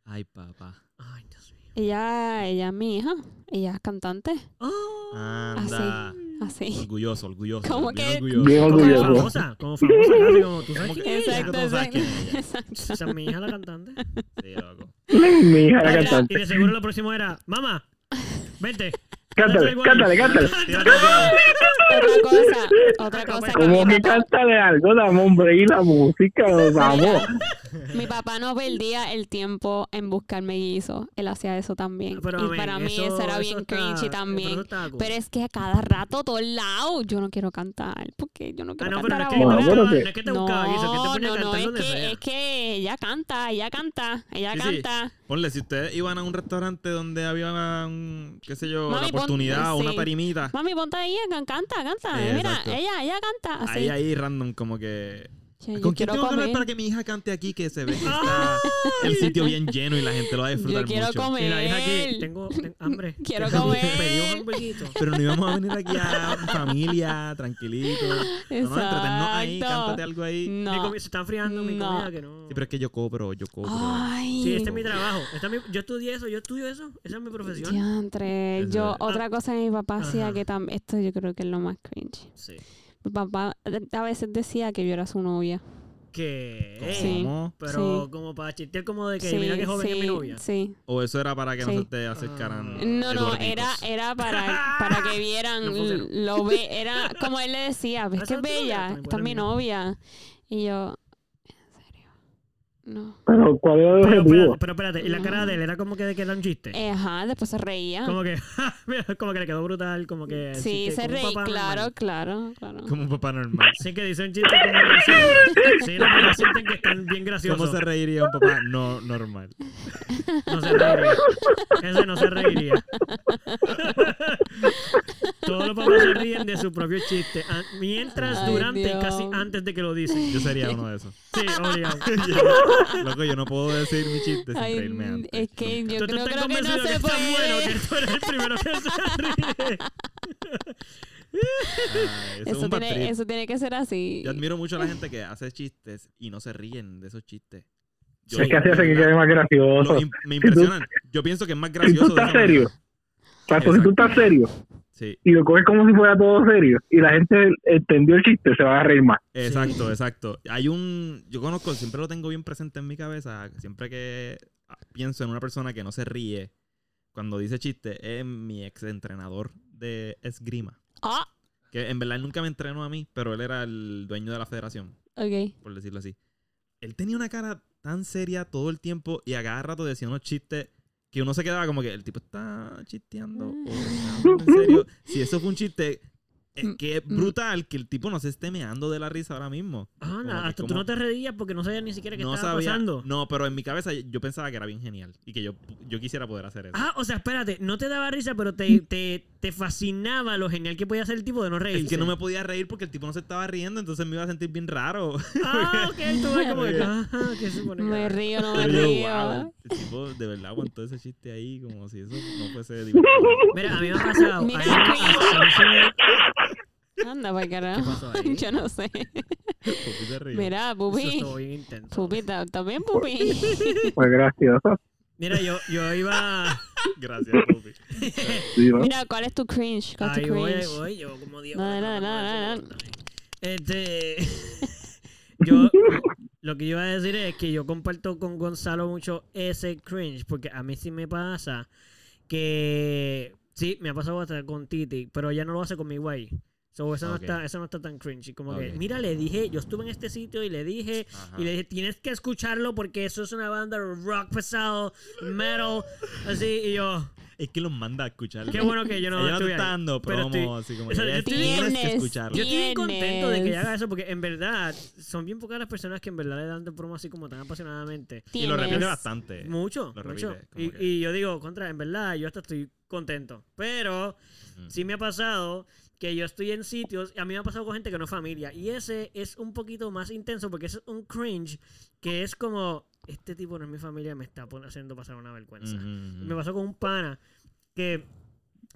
Ay, papá.
Ay, Dios mío.
Ella, ella es mi hija, ella es cantante,
Ah,
Anda.
así.
Orgulloso, orgulloso.
Como
bien
que-
orgulloso.
Bien
como
orgulloso.
famosa. Como famosa. casi como, ¿Tú sabes quién es ella?
Exacto. tú sabes quién es ella.
(laughs) exacto.
Esa es mi hija la cantante.
Sí, loco.
(laughs) mi hija era
Otra.
cantante.
Y de seguro lo próximo era, mamá, vente.
Cántale, cántale, cántale.
Tírate algo.
Otra cosa,
(laughs)
otra cosa que
Como
mi
que
papá,
cántale algo, dame hombre, y
(laughs)
la música, vamos.
mi papá no perdía el tiempo en buscarme guiso. Él hacía eso también.
Ah, Pero,
y
amén,
para mí
eso-
eso, era
eso
bien
está-
cringy
pero
también.
eso
Pero,
está cool.
es que a cada rato, todo el lado, yo no quiero cantar. Porque yo no
Ah,
quiero
no, pero no
cantar
es que,
Bueno,
no es
ahora.
que-
bueno,
no
que-
es que te buscaba guiso, que te ponía a
no, no,
cantar
es
donde
que,
sea. (laughs)
es que ella canta, ella canta, ella
Sí, sí.
canta.
Ponle, si ustedes iban a un restaurante donde había un, qué sé yo,
Mami,
la oportunidad
pon-
o una
sí.
tarimita,
Mami, ponte ahí, can- canta, canta.
Eh,
Mira,
exacto.
ella, ella canta. Así.
ahí, ahí, random, como que...
Che, yo
¿Con quién
quiero
tengo que hablar
comer.
para que mi hija cante aquí que se ve que está el sitio bien lleno y la gente lo va a disfrutar
Yo quiero
mucho?
comer.
Y la hija aquí, tengo, tengo hambre.
(laughs) Quiero
Pedí-
comer.
Pedí un hamburguito.
Pero no íbamos a venir aquí a familia, tranquilito. No, no, entretenernos ahí,
Exacto.
cántate algo ahí.
Mi
No.
comi- se está friando mi
No.
comida que no.
Sí, pero es que yo cobro, yo cobro.
Ay.
Sí, este es mi trabajo. Esta es mi- yo estudié eso, yo estudio eso. Esa es mi profesión.
Diantre.
Eso
Yo,
es.
otra cosa que mi papá hacía
Ah. Ajá.
que también. Esto yo creo que es lo más cringe.
Sí.
Mi papá a veces decía que yo era su novia.
¿Qué?
Sí.
¿Cómo?
eh, Pero
Sí.
como para chistear como de que
sí,
mira qué joven es mi
sí,
novia. Ah,
sí.
¿O eso era para que
Sí.
no se te acercaran
No, no,
Eduarditos?
era, eh, era
(laughs)
para, para que vieran
No funcionó.
lo ve, era como él le decía, ves
Ah, ¿esa
que es
no es tu novia?
bella,
Pues,
esta es mi
buena
novia. Y yo, ¿en serio? No.
Pero, ¿cuál era el
Pero espérate,
objetivo?
pero espérate, y la cara de él era como que de que era un chiste.
Eh, Ajá, después se reía.
Como que, (laughs) mira, como que le quedó brutal, como que. el
sí,
chiste,
se
como un
reía,
papá
claro,
normal.
claro, claro.
Como un papá
(laughs)
normal.
Sí, que dice un chiste como que sí. Sí, los papás sienten que están bien
¿Cómo
graciosos.
se reiría un papá no normal?
No se reiría. Ese no se reiría. Todos los papás se ríen de su propio chiste. a- Mientras,
Ay,
durante y casi
Dios.
antes de que lo dicen.
Yo sería uno de esos.
Sí, obligado.
Loco, yo no puedo decir mi chiste sin
Ay, mm, eh,
reírme antes.
es que yo
Tú te estás
creo, creo que
convencido
no
que
se
es tan bueno
puede.
que tú eres el primero que se ríe.
Ay, eso, es
Eso
un bad trip.
tiene, eso tiene que ser así.
Yo admiro mucho a
(laughs)
la gente que hace chistes y no se ríen de esos chistes. Yo-
Es que así hace que quede más
lo
gracioso.
im- me impresionan. Yo pienso
(laughs)
que es más
Si
gracioso.
tú
de
estás
esa
serio,
manera.
Paco, si tú estás serio
Sí,
y lo coges como si fuera todo serio y la gente entendió el chiste, se va a reír más.
exacto, exacto. Hay un. Yo conozco, siempre lo tengo bien presente en mi cabeza. Siempre que ah, pienso en una persona que no se ríe cuando dice chiste, es mi ex entrenador de esgrima.
Ah,
Que en verdad él nunca me entrenó a mí, pero él era el dueño de la federación.
ok.
por decirlo así. Él tenía una cara tan seria todo el tiempo y a cada rato decía unos chistes que uno se quedaba como que el tipo está chisteando. o está hablando en serio. Si eso fue un chiste, es que es brutal que el tipo no se esté meando de la risa ahora mismo.
Ah,
Como
no,
que
hasta tú
como-
no te reías porque no sabías ni siquiera qué
No
estaba
sabía.
pasando.
No, pero en mi cabeza yo pensaba que era bien genial y que yo, yo quisiera poder hacer eso.
Ah, o sea, espérate, no te daba risa, pero te,
Mm.
te, te fascinaba lo genial que podía ser el tipo de no reírse.
es que no me podía reír porque el tipo no se estaba riendo, entonces me iba a sentir bien raro.
Ah, ok, tú ves
(laughs)
como que. Ah, que se supone que-
Me río, no me
Pero yo, wow,
río.
el tipo de verdad aguantó ese chiste ahí como si eso no fuese divertido.
(laughs)
Mira, a mí me ha pasado. a mí-
Mira,
a- a mí se me-
Anda, para
¿Qué
carajo.
pasó
(laughs)
ahí?
Yo no sé.
Pupi se rió.
Mira,
Eso
Pupi.
estuvo bien intenso.
Pupi, ta- también Pupi.
Fue Pues gracioso.
Mira, yo, yo
(laughs)
iba.
Gracias, (laughs) Pupi.
Sí, ¿no?
Mira, ¿cuál es tu cringe? ¿Cuál es
Ahí
tu
voy, ahí
cringe?
voy. Yo como Dios.
No, no, no, no, no. (laughs)
Este. Yo. Lo que yo iba a decir es que yo comparto con Gonzalo mucho ese cringe, porque a mí sí me pasa que. Sí, me ha pasado hasta con Titi, pero ella no lo hace conmigo ahí. So, eso,
Ok.
no está, eso no está tan cringy. Como
Ok.
que, mira, le dije, yo estuve en este sitio y le dije,
Ajá.
y le dije, tienes que escucharlo porque eso es una banda rock pesado, metal, así, y yo,
Es que los manda a escucharlo.
qué bueno que yo
(laughs)
no
Ella no te
estuve
está
ahí.
dando
Pero
promo,
estoy-
así como
o sea,
que
yo
ella
estoy-
tienes que
Tienes.
escucharlo.
Yo estoy bien contento de que
Tienes.
haga eso porque en verdad son bien pocas las personas que en verdad le dan promo así como tan apasionadamente.
Y lo repite
Tienes-
bastante.
Mucho,
Lo
mucho.
repite, como
Y,
que-
y yo digo, contra, en verdad, yo hasta estoy contento. Pero
Ujú.
sí me ha pasado que yo estoy en sitios, y a mí me ha pasado con gente que no es familia. Y ese es un poquito más intenso porque ese es un cringe que es como, este tipo no es mi familia, me está pon- haciendo pasar una vergüenza.
Ujú,
Me pasó con un pana que,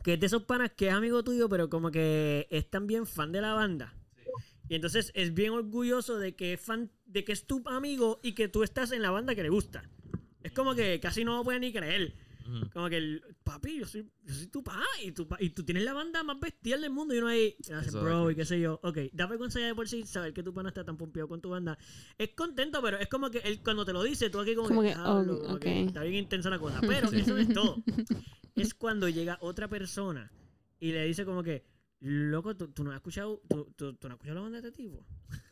que es de esos panas que es amigo tuyo, pero como que es también fan de la banda. Y entonces es bien orgulloso de que es fan, de que es tu amigo y que tú estás en la banda que le gusta. Es como que casi no lo puede ni creer.
ujú.
Como que el, papi, yo soy, yo soy tu papá y, tu pa- y tú tienes la banda más bestial del mundo. Y uno ahí, y uno hace,
Eso da
bro, y
cringe.
qué sé yo. Ok, da vergüenza ya de por sí saber que tu pana está tan pompeado con tu banda. Es contento, pero es como que él cuando te lo dice, tú aquí como,
Como
que,
que,
"Diablo",
oh,
como
ok.
que está bien intensa la
(laughs)
cosa. Pero
Sí.
eso no es todo. Es cuando llega otra persona y le dice como que, loco, tú, tú no has escuchado, tú, tú- tú no has escuchado la banda de este tipo.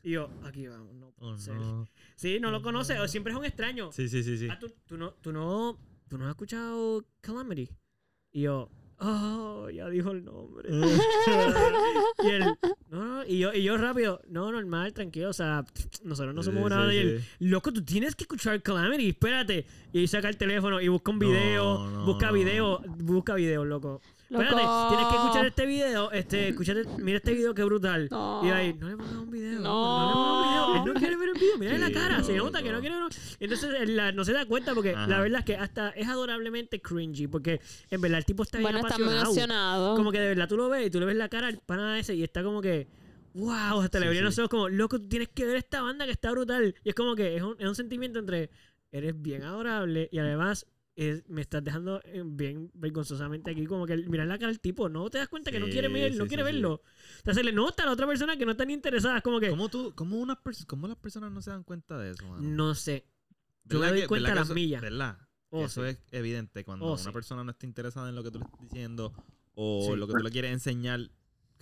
Y yo, aquí vamos, no puede
Oh,
ser.
no.
Sí, no lo conoces, o siempre es un extraño.
Sí, sí, sí, sí.
Ah, ¿tú, tú no, tú, no, tú no has escuchado Calamity. Y yo, oh, ya dijo el
(laughs)
nombre. y él, no, no, y yo, y yo rápido, no, normal, tranquilo, o sea, nosotros no
Sí,
somos
sí,
una banda". Y él,
sí.
loco, tú tienes que escuchar Calamity, espérate. Y ahí saca el teléfono y busca un
No,
video,
no,
busca
no.
video, busca video, loco. Espérate,
Loco.
tienes que escuchar este video, este, escúchate, mira este video, qué brutal.
No.
Y ahí, no le pongas un video.
No.
No, le pongas un video. Él no quiere ver el video, mira en la
Sí,
cara, se
no,
nota que
no.
no quiere ver. Entonces él la- no se da cuenta porque
Ajá.
la verdad es que hasta es adorablemente cringy porque en verdad el tipo está bien
Bueno, está muy
apasionado.
emocionado.
Como que de verdad tú lo ves y tú le ves la cara al pana ese y está como que, wow, hasta le
Sí,
brillan los
sí.
ojos como, loco, tú tienes que ver esta banda que está brutal. Y es como que es un, es un sentimiento entre, eres bien adorable y además es- me estás dejando eh, bien vergonzosamente aquí, como que mirar la cara al tipo, no te das cuenta que no quiere,
Sí,
ver- no
sí,
quiere
sí, sí.
verlo. Entonces le nota a la otra persona que no está ni interesada, es como que,
¿Cómo, tú, cómo, una pers- cómo las personas no se dan cuenta de eso, mano?
no sé. yo
¿Verdad
me doy
que-
cuenta
verdad que
a las
eso-
millas.
¿Verdad?
Oh,
eso
sí.
es evidente cuando
Oh,
una
sí.
persona no está interesada en lo que tú le estás diciendo o
Sí.
lo que tú le quieres enseñar,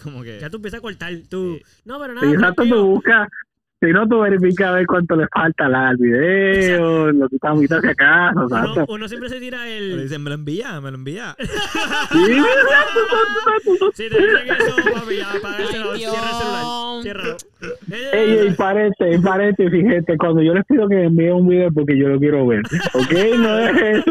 como que... eh,
Ya tú empiezas a cortar, tú.
Sí.
No, pero nada.
Si exacto,
tranquilo.
tú buscas, si no, tú verificas a ver cuánto le falta la- al video, lo que está mitad hacia acá,
uno,
exacto.
uno siempre se tira
O le
el.
dicen, me lo envía, me lo
(laughs)
envía.
(laughs) Sí, exacto, exacto, exacto.
Si te dicen eso, papi, ya apágaselo,
Ay,
cierra el celular.
Dios.
Ciérralo. Eh,
Ey, ey,
eh,
parece, parece, fíjate, cuando yo les pido que me envíen un video es porque yo lo quiero ver, ¿ok? No es eso,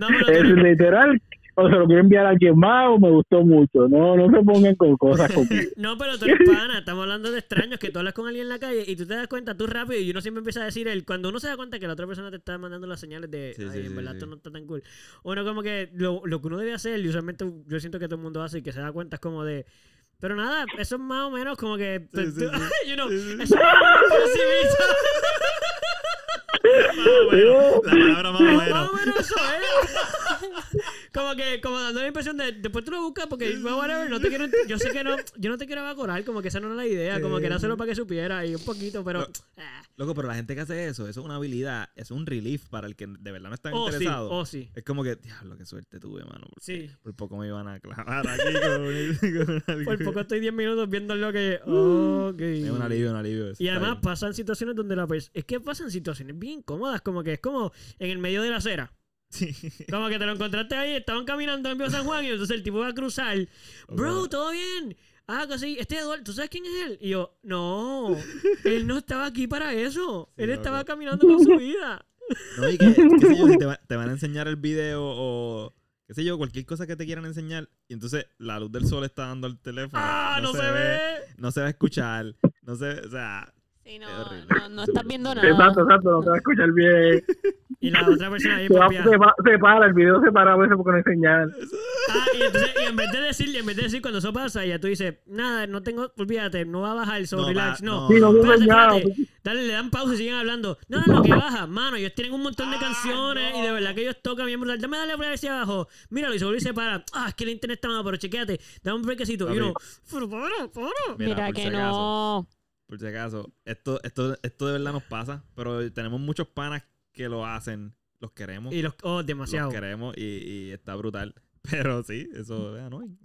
No, pero tú
es
eres-
literal, o se lo quiero enviar a alguien más o me gustó mucho, no, no se pongan con cosas conmigo.
No, pero tú eres pana, estamos hablando de extraños que tú hablas con alguien en la calle y tú te das cuenta tú rápido y uno siempre empieza a decir el cuando uno se da cuenta que la otra persona te está mandando las señales de
Sí,
"Ay,
sí,
en
sí,
verdad
sí.
esto no está tan cool. Uno como que lo, lo que uno debe hacer y usualmente yo siento que todo el mundo hace y que se da cuenta es como de pero nada, eso es más o menos como que pues,
Sí, sí, sí.
(laughs) you know,
Sí, sí.
eso es más o menos así mismo.
Bueno, (laughs) la palabra más o menos.
(laughs) Más o menos eso, ¿eh? (laughs) como que, como dando la impresión de, después tú lo buscas porque, well, whatever, no te quiero, yo sé que no, yo no te quiero evacuar, como que esa no era la idea, como que era solo para que supiera y un poquito, pero,
No.
ah,
Loco, pero la gente que hace eso, eso es una habilidad, es un relief para el que de verdad no está
oh sí,
interesado.
oh sí.
Es como que, diablo, qué suerte tuve, mano. Por,
Sí.
por poco me iban a clavar
(laughs)
aquí (laughs) con, un- con
Por
algo.
poco estoy 10 minutos viendo lo
(laughs)
que, ok.
Es un alivio, un alivio. eso
Y
está
además
bien.
pasan situaciones donde la persona, es que pasan situaciones bien incómodas, como que es como en el medio de la acera.
(laughs) Sí.
Como que te lo encontraste ahí, estaban caminando en Pío San Juan y entonces el tipo va a cruzar. Bro,
Ok.
¿todo bien? Ah, casi. Este Eduardo, ¿tú sabes quién es él? Y yo, (laughs) no, él no estaba aquí para eso.
Sí,
él
loco.
estaba caminando con su vida.
No, y que, qué sé yo, si te, va- te van a enseñar el video o qué sé yo, cualquier cosa que te quieran enseñar. Y entonces la luz del sol está dando al teléfono.
¡Ah, no, se, ve!
No se va a escuchar. No se ve, o sea,
Sí,
Es
no,
horrible.
no, no estás viendo nada.
Exacto, exacto, no te va a escuchar bien.
Y la otra persona bien
(laughs) Se, va-
papiada.
se, va- se para, el video se para a veces porque no hay señal.
Ah, y, entonces, y en vez de decir, y en vez de decir cuando eso pasa, ya tú dices, nada, no tengo, olvídate, no va a bajar, so
No va-
relax, no.
Sí, no veo
Espérate,
señal.
espérate. Dale, le dan pausa y siguen hablando. No, no, no, que baja. Mano, ellos tienen un
Ah,
montón de canciones y de verdad que ellos tocan bien brutal. Dame, dale por ahí hacia abajo. Míralo y se vuelve y se para. Ah, es que el internet está malo, pero chequéate. Dame un brequecito. Y uno, pero para, para.
Mira,
Mira
por
que
si acaso.
no.
Por si acaso, esto, esto, esto de verdad nos pasa, pero tenemos muchos panas que lo hacen, los queremos,
Y los, oh,
los
demasiado.
queremos y, y está brutal. (laughs) Pero sí, eso es annoying.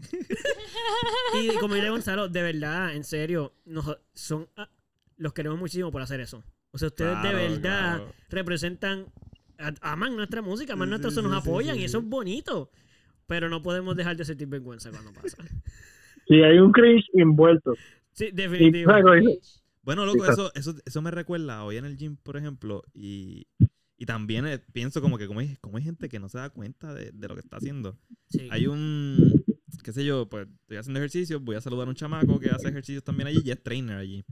Y, como dice Gonzalo, de verdad, en serio, nos, son, ah, los queremos muchísimo por hacer eso. O sea, ustedes
Claro,
de verdad
claro.
representan, a- aman nuestra música, aman
Sí,
nuestro,
sí,
se nos
sí, sí,
apoyan
sí,
y eso
sí.
es bonito. Pero no podemos dejar de sentir vergüenza cuando pasa.
(laughs)
Sí, hay un cringe envuelto.
Sí,
Y,
definitivo.
¿sabes? Como dice,
Bueno, loco, eso,
Exacto.
eso, eso me recuerda hoy en el gym, por ejemplo, y, y también eh, pienso como que como hay, como hay gente que no se da cuenta de, de lo que está haciendo.
Sí.
Hay un, qué sé yo, pues estoy haciendo ejercicio, voy a saludar a un chamaco que hace ejercicios también allí y es trainer allí.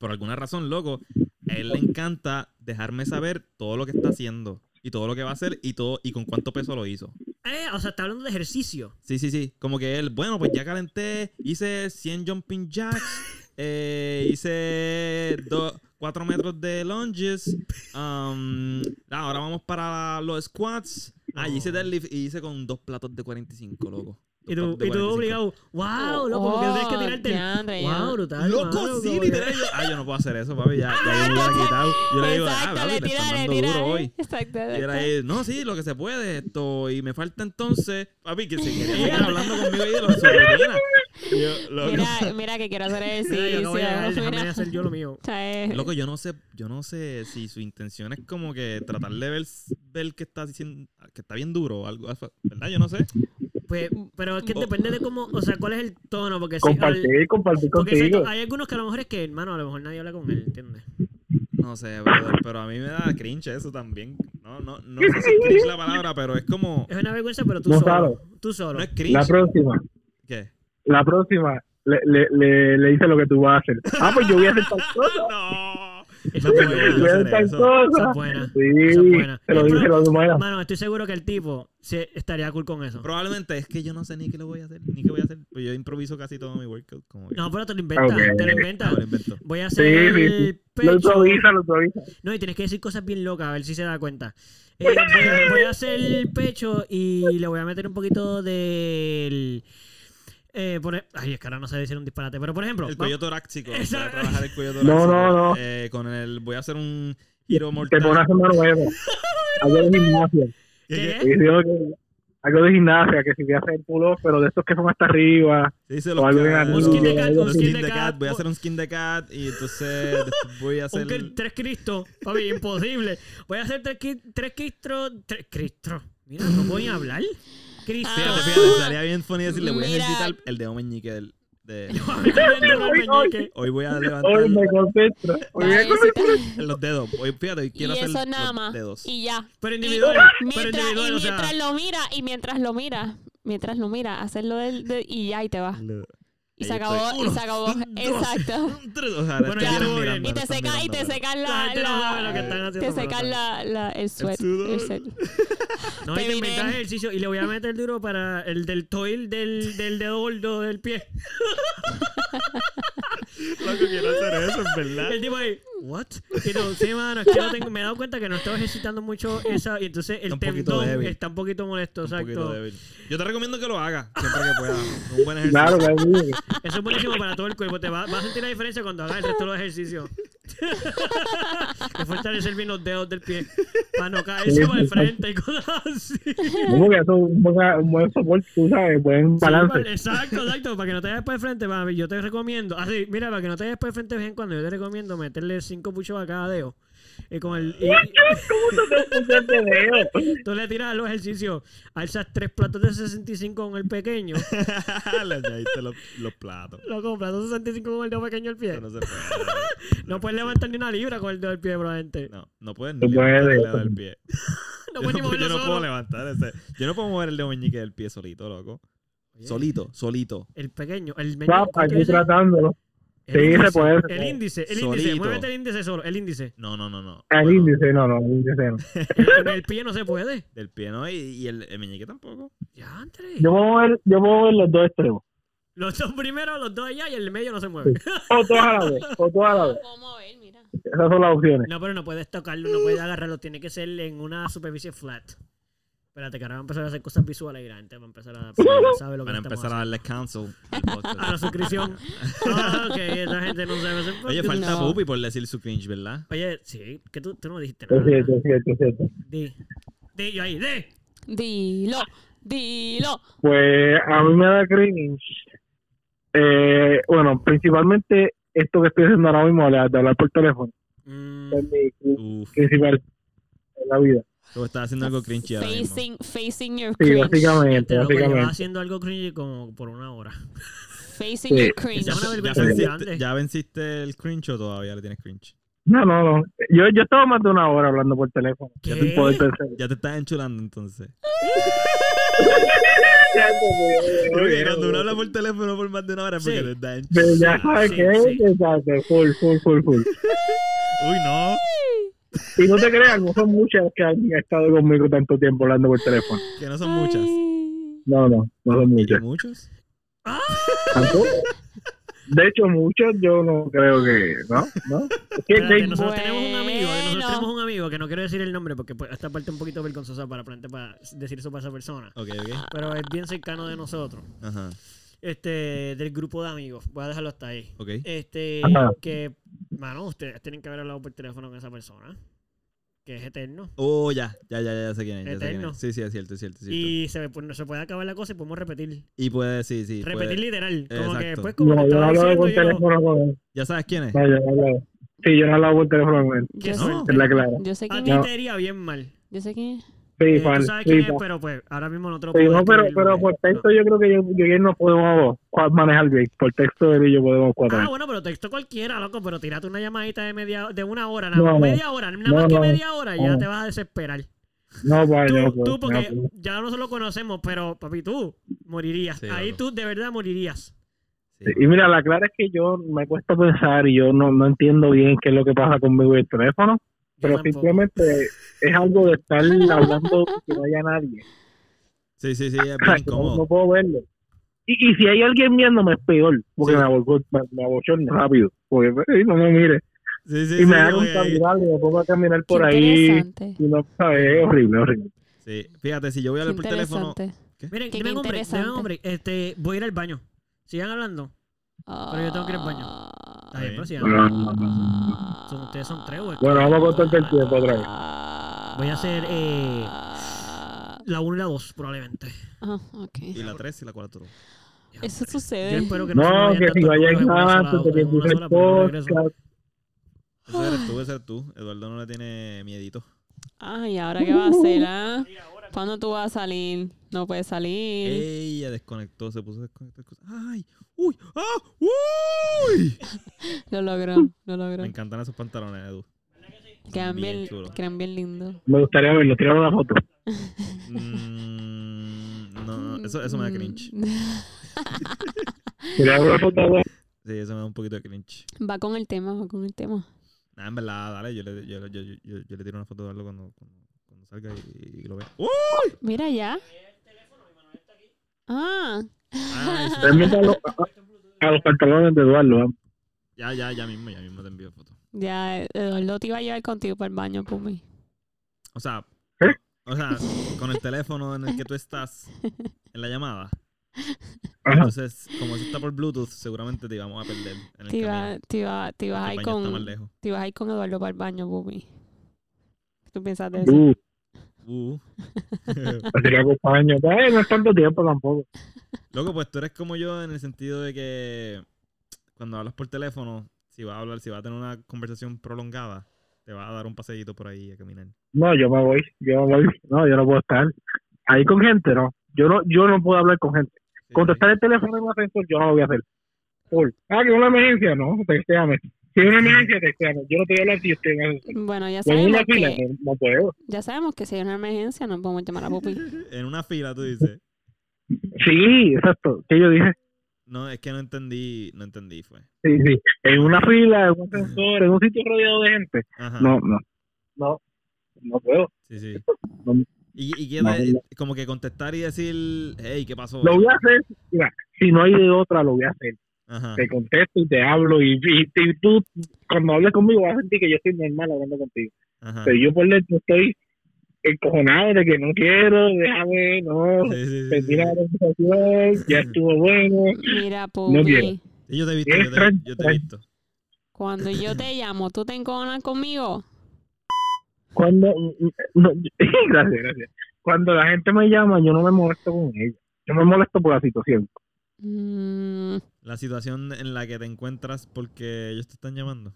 Por alguna razón, loco, a él le encanta dejarme saber todo lo que está haciendo y todo lo que va a hacer y todo y con cuánto peso lo hizo.
Eh, o sea, está hablando de ejercicio.
Sí, sí, sí. Como que él, bueno, pues ya calenté, hice 100 jumping
(laughs)
jacks, eh, hice 4 metros de lunges. um, ahora vamos para los squats. Ah, y hice deadlift y hice con dos platos de 45, loco. Dos
Oh. Y
platos
tú,
de
y tú
45.
obligado, wow, Oh, loco, como que tienes que tirarte el...
Diandre, Oh, ya.
Wow, brutal. mano,
Loco, sí,
como que-
literal. Yo, ah, yo no puedo hacer eso, papi. Ya, ya yo me
(laughs)
hubiera quitado. Yo le digo, ah,
Exacto,
papi,
le
le están
tira, le
dando
tira.
duro hoy.
Exacto.
Y era
exacto.
él, no, sí, lo que se puede, esto, y me falta entonces, papi, que se quería seguir hablando conmigo ahí de los subrutina. Y yo, loco,
Mira, mira que quiero hacer
(laughs) Mira, yo
ejercicio.
acabo de llegar, déjame
mira.
hacer yo lo mío.
O sea, es-
loco, yo no sé, yo no sé si su intención es como que tratar de ver, ver que está diciendo, que está bien duro o algo, así, ¿verdad? Yo no sé.
Pues, pero es que
Oh.
depende de cómo, o sea, cuál es el tono, porque si... al-
Compartir, compartir
Porque
contigo.
exacto, hay algunos que a lo mejor es que, hermano, a lo mejor nadie habla con él, ¿entiendes?
No sé, brother, pero a mí me da cringe eso también. No, no, no sé si es cringe la palabra, pero (laughs) es como,
Es una vergüenza, pero tú
No
solo.
sabes.
Tú solo.
no es
La
cringe.
próxima,
¿Qué?
la próxima, le, le, le, le dice lo que tú vas a hacer. Ah, pues yo voy a hacer
(laughs)
tal cosa.
No.
Esa es
No, yo
Yo voy
buena.
no.
a hacer
hacer
tal
eso.
Esa
cosa.
es buena. Esa es
Sí,
buena.
te lo
Eh,
dije
pero-
la semana.
Mano, estoy seguro que el tipo se estaría cool con eso.
Probablemente es que yo no sé ni qué lo voy a hacer, ni qué voy a hacer. Pues yo improviso casi todo mi workout. Como que-
No, pero te lo inventas,
Ok.
te lo
Ah,
inventas.
me lo invento.
Voy a
Sí,
hacer
sí, sí.
el
Lo
pecho.
improvisa, lo improvisa.
No, y tienes que decir cosas bien locas, a ver si se da
(laughs)
cuenta. Eh, voy, a, voy a hacer el pecho y le voy a meter un poquito del... Eh, por e- Ay, es que ahora no sé decir un disparate, pero por ejemplo...
El
va-
cuello torácico. Voy a
Exacto.
trabajar el cuello torácico.
No, no, no.
Eh, con el, voy a hacer un giro
Te
mortal.
pones a hacer nuevo.
(laughs)
Ayer en gimnasia.
¿Eh?
¿Qué?
Y digo que algo de gimnasia, que si voy a hacer pull pero de estos que son hasta arriba.
Se dice
O
los
algo de
cat-
gato.
los-
Un skin de cat,
los
un
skin
skin
de
de
cat.
cat.
Voy a hacer un skin de cat y entonces después voy a hacer...
Un cri- tres Cristo, papi, imposible. Voy a hacer tres, qui- tres Cristo, tres Cristo. Mira, no voy a hablar. Cristo. (laughs)
Fíjate, fíjate, estaría bien funny decirle, voy a
Mira.
ejercitar el dedo meñique del... De...
Papi, está bien duro el
Hoy, hoy.
meñique.
Hoy voy a levantar
Hoy me concentro. Hoy voy a
Dale,
concentrar.
sí,
los dedos. Hoy, fíjate, hoy quiero
Y
hacer
eso nada
los
más.
dedos.
Y ya.
Pero
Y
individual, pero
mientras,
individual,
y
o sea.
mientras lo mira, y mientras lo mira, mientras lo mira, hacerlo del, del- y ya, y te vas. Y se
Ahí
acabó,
estoy.
y se acabó.
Uno, dos,
Exacto.
un, (laughs) tres. O sea,
Bueno,
te
ya
miran
estuvo bien.
mirando,
Y te
están
secan, y te
mirando.
secan
La
la,
gente no sabe lo que están
la,
haciendo.
te
pero no
secan
sabe.
la, la, el sweat.
sudor.
El sweat.
No,
te
y te inventas
diré.
ejercicio y le voy a meter duro para el del toil del, del dedo gordo del pie.
Loco, quiero hacer eso, en verdad.
El tipo ahí, ¿what? Y tú, sí, mano, es que no tengo- me he dado cuenta que no estaba ejercitando mucho esa. Y entonces el
Está un poquito
tendón
débil.
está un poquito molesto,
un poquito
exacto.
débil. Yo te recomiendo que lo hagas siempre que puedas. Un buen ejercicio.
Claro, claro. sí.
Eso es buenísimo para todo el cuerpo. Te va- vas a sentir la diferencia cuando hagas el resto de los ejercicios. (laughs) que fortalecer bien los dedos del pie. Para no caerse
Sí,
para el
exacto.
frente y cosas así.
Como que eso es un buen- un buen soporte, tú sabes, buen balance.
Exacto, exacto. Para que no te vayas por el frente, papi, yo te recomiendo. Así, mira, para que no te vayas por el frente de vez en cuando, yo te recomiendo meterle cinco puchos a cada dedo. Y con el, y- (laughs) tú le tiras a los ejercicios, alzas tres platos de 65 con el pequeño, (laughs)
(laughs) Le añadiste los, los platos.
loco, platos de 65 con el dedo pequeño del
Eso
pie.
no se puede.
(laughs) No puedes levantar ni una libra con el dedo del pie, probablemente.
No, no puedes
No
ni levantar el
puede.
dedo del pie.
No
(laughs) yo,
puedes
no,
ni
yo
moverlo
no puedo
solo.
levantar ese. Yo no puedo mover el dedo meñique del pie solito, loco.
Oye,
Solito, solito.
El pequeño, el meñique.
Papá,
¿cuánto
aquí
dice?
tratándolo.
El
Sí, se
índice,
puede, se
El
puede.
índice, el índice.
Solito.
Muévete el índice solo, el índice.
No, no, no, no.
El
Bueno,
índice no, no, el índice no.
Con el pie no se puede.
Del pie no, y, y el, el meñique tampoco.
Ya,
Yo puedo ver, yo puedo ver los dos extremos.
Los dos primeros, los dos allá y el medio no se mueve.
O todas a la vez, o todas a la vez.
¿Cómo ver? Mira.
Esas son las opciones.
(laughs) No, pero no puedes tocarlo, no puedes agarrarlo. Tiene que ser en una superficie flat. Espérate, que ahora va a empezar a hacer cosas visuales y la gente va a empezar a... sabe lo que
Para
estamos
empezar a
haciendo.
darle cancel al podcast.
a
(laughs)
la (laughs) suscripción. Ah, ok, esa gente Ah, no sabe hacer
Oye,
podcast.
falta
No.
Pupi por decir su cringe, ¿verdad?
Oye, sí, que tú, tú no dijiste
Es
nada.
cierto, es cierto, es cierto.
Di. Di, yo ahí, di.
Dilo, dilo.
Pues a mí me da cringe. Eh, bueno, principalmente esto que estoy haciendo ahora mismo, la de hablar por teléfono,
Mm,
es mi cringe
Uf,
principal en la vida.
tú estás haciendo algo cringe ahora mismo.
Facing, facing your
Sí,
cringe.
este
básicamente,
loco llevaba
básicamente.
haciendo algo cringy como por una hora.
Facing
Sí.
your
Ya,
cringe.
Es una
ya,
vergüenza
venciste,
grande.
¿Ya venciste el cringe o todavía le tienes cringe?
No, no, no. Yo, yo estaba más de una hora hablando por teléfono.
¿Qué?
Sin poder pensar.
Ya te estás enchulando entonces. Creo que cuando uno
Pero
habla por teléfono por más de una hora es porque
Sí.
te estás
ya
enchulando.
sabes
Sí,
que
sí.
exacto, full, full, full, full.
Uy, no.
Y no te creas, no son muchas que han estado conmigo tanto tiempo hablando por teléfono.
Que no son muchas.
Ay.
No, no, no son
¿Y que
muchas.
muchos?
Tampoco. De hecho, muchas yo no creo que, ¿no? ¿No? Es que-
Espérate,
que-
nosotros tenemos un amigo, eh, nosotros
Bueno.
tenemos un amigo que no quiero decir el nombre porque pues, esta parte es un poquito vergonzosa para, para, para decir eso para esa persona.
Ok, ok.
Pero es bien cercano de nosotros.
Ajá.
Este, del grupo de amigos. Voy a dejarlo hasta ahí.
Ok.
Este,
Ajá.
que, mano, ustedes tienen que haber hablado por teléfono con esa persona. Que es eterno.
Oh, ya. Ya, ya, ya, ya sé quién es. Ya sé quién
Eterno.
es. Sí, sí, es cierto, es cierto. Es cierto. Y,
Y se, ve- pues, no se puede acabar la cosa y podemos repetir.
puede, sí, sí. puede.
repetir literal. Como que
Exacto.
después, como
No,
te
yo no
estaba
hablaba
diciendo,
por
yo no-
teléfono con él.
¿Ya sabes quién es?
No, yo no hablaba. Sí, yo no hablaba por teléfono con él.
No.
Yo, sé,
Es la clara.
yo sé
Ah,
a
quién
ti
es.
No.
te iría "Ah, bien mal.
Yo sé quién es.
Sí,
Eh,
fan.
tú sabes
Sí,
quién es,
fan.
pero pues ahora mismo no te lo
Sí,
puedo
no, pero,
describir,
pero
porque-
por texto
no.
yo creo que yo, yo y él no podemos cua- manejar bien. Por texto él y yo podemos
Ah,
cuadrar.
bueno, pero texto cualquiera, loco, pero tírate una llamadita de media de una hora, nada
No,
más.
no.
media hora, nada más
No,
que
no.
media hora, ya
No.
te vas a desesperar.
No, pues,
Ah, Tú,
no,
tú,
pues, no,
porque
pues.
ya nosotros lo conocemos, pero papi, tú morirías.
Sí,
Ahí
loco.
tú de verdad morirías.
Sí.
Y mira, la clara es que yo me cuesta pensar y yo no, no entiendo bien qué es lo que pasa conmigo y el teléfono,
Yo
pero
tampoco.
simplemente es algo de estar hablando que no haya nadie.
Sí, sí, sí, es
O sea,
bien
(laughs) que No, no
incómodo.
puedo verlo. Y, y si hay alguien viéndome es peor, porque
Sí.
me, abocó, me, me abochorno rápido, porque "Ey, no me mire.
Sí, sí,
y
sí.
me hago
como
un
que-
caminar y me pongo a caminar por
Qué
ahí.
Interesante.
Y no, ¿sabes? Es horrible, horrible.
Sí, fíjate, si yo voy a
Qué
hablar por teléfono.
interesante.
Miren,
Qué
dime un break, deme un
interesante.
break. Este, voy a ir al baño. Sigan hablando. Pero yo tengo que ir al baño.
Ah,
Está bien, pero sigan hablando.
ah,
Son- ustedes son tres, güey.
Bueno, vamos a contarte el tiempo otra vez.
ah,
Voy a hacer eh,
ah,
la 1 y la 2, probablemente.
ah, ok.
Y la 3 y la 4.
Ya,
Eso
hombre.
sucede.
Yo espero que no, se me
No,
vayan
que si
tantos
vayas
números en una
antes, que
sola-
te
en una
empiece
sola,
el
pero yo regreso.
podcast.
Ese eres tú, ese eres tú. Eduardo no le tiene miedito.
Ay, ¿ahora qué va
Uh.
a hacer, ah? ¿Cuándo tú vas a salir? No puedes salir.
Ella desconectó, se puso a desconectar cosas. ¡Ay! ¡Uy! ¡Ah! ¡Uy!
Lo
Uh.
logró, lo
Me
logró.
encantan esos pantalones, Edu.
Quedan
bien
bien,
chulo.
quedan bien lindos.
Me gustaría verlo, tirar una foto.
Mm, no, no, eso, eso me da cringe.
Tirar una foto. ¿no?
Sí, eso me da un poquito de cringe.
(laughs) Va con el tema, va con el tema.
Nah, en verdad, dale, yo le, yo, yo, yo, yo- yo le tiro una foto de Eduardo cuando, cuando, cuando salga y, y lo vea. ¡Uh! ¡Uy!
Mira ya. Ah,
Ay, sí.
Realmente a, los- a- a los pantalones de Eduardo. ¿eh?
Ya, ya, ya mismo, ya mismo te envío foto.
ya, Eduardo te iba a llevar contigo para el baño, Pumi.
O sea,
¿Eh?
o sea, con el teléfono en el que tú estás en la llamada.
Ajá.
Entonces, como eso está por Bluetooth, seguramente te íbamos a perder en el
Te iba,
camino.
te iba, te ibas
porque
a
el
ir
baño está más
con,
lejos.
te ibas a ir con Eduardo para el baño, Pumi. ¿Tú piensas de eso?
Uh,
Uh.
(laughs)
(laughs)
sería como años. Eh, no es tanto tiempo tampoco.
Loco, pues tú eres como yo en el sentido de que cuando hablas por teléfono, si vas a hablar, si vas a tener una conversación prolongada, te vas a dar un paseíto por ahí a caminar.
No, yo me voy, yo me voy. No, yo no puedo estar ahí con gente, no. Yo no, yo no puedo hablar con gente.
Sí,
Contestar el teléfono en un ascensor, yo no lo voy a hacer. Full. Ah, que una emergencia, no, textéame. Si hay una emergencia, textéame. Yo no te voy a hablar si yo estoy en el ascensor.
Bueno, ya
Yo en
sabemos
una fila,
que,
no, no puedo.
ya sabemos que si hay una emergencia no
(laughs)
(laughs)
podemos llamar a Pupi.
sí. En una fila, tú dices.
Sí, exacto. ¿Qué yo dije?
No, es que no entendí, no entendí, fue.
Sí, sí. En una fila, en un ascensor, en un sitio rodeado de gente.
Ajá.
No, no. No, no puedo.
Sí, sí.
No.
Y, y que
No,
de-
no.
como que contestar y decir, hey, ¿qué pasó?
Lo voy a hacer. Mira, si no hay de otra, lo voy a hacer.
Ajá.
Te contesto y te hablo. Y, y- y tú, cuando hables conmigo, vas a sentir que yo estoy normal hablando contigo.
Ajá.
Pero yo por dentro estoy encojonado de que no quiero, déjame, no.
Sí, sí, sí, sí,
Termina la
sí.
conversación, ya estuvo bueno.
Mira,
quiero.
Pupi,
Y Yo te he visto, yo te, yo te he visto.
cuando yo te llamo, ¿tú te enconas conmigo?
Cuando, mm, no, (laughs) gracias, gracias. Cuando la gente me llama, yo no me molesto con ella. Yo me molesto por la situación.
Mm,
La situación en la que te encuentras porque ellos te están llamando.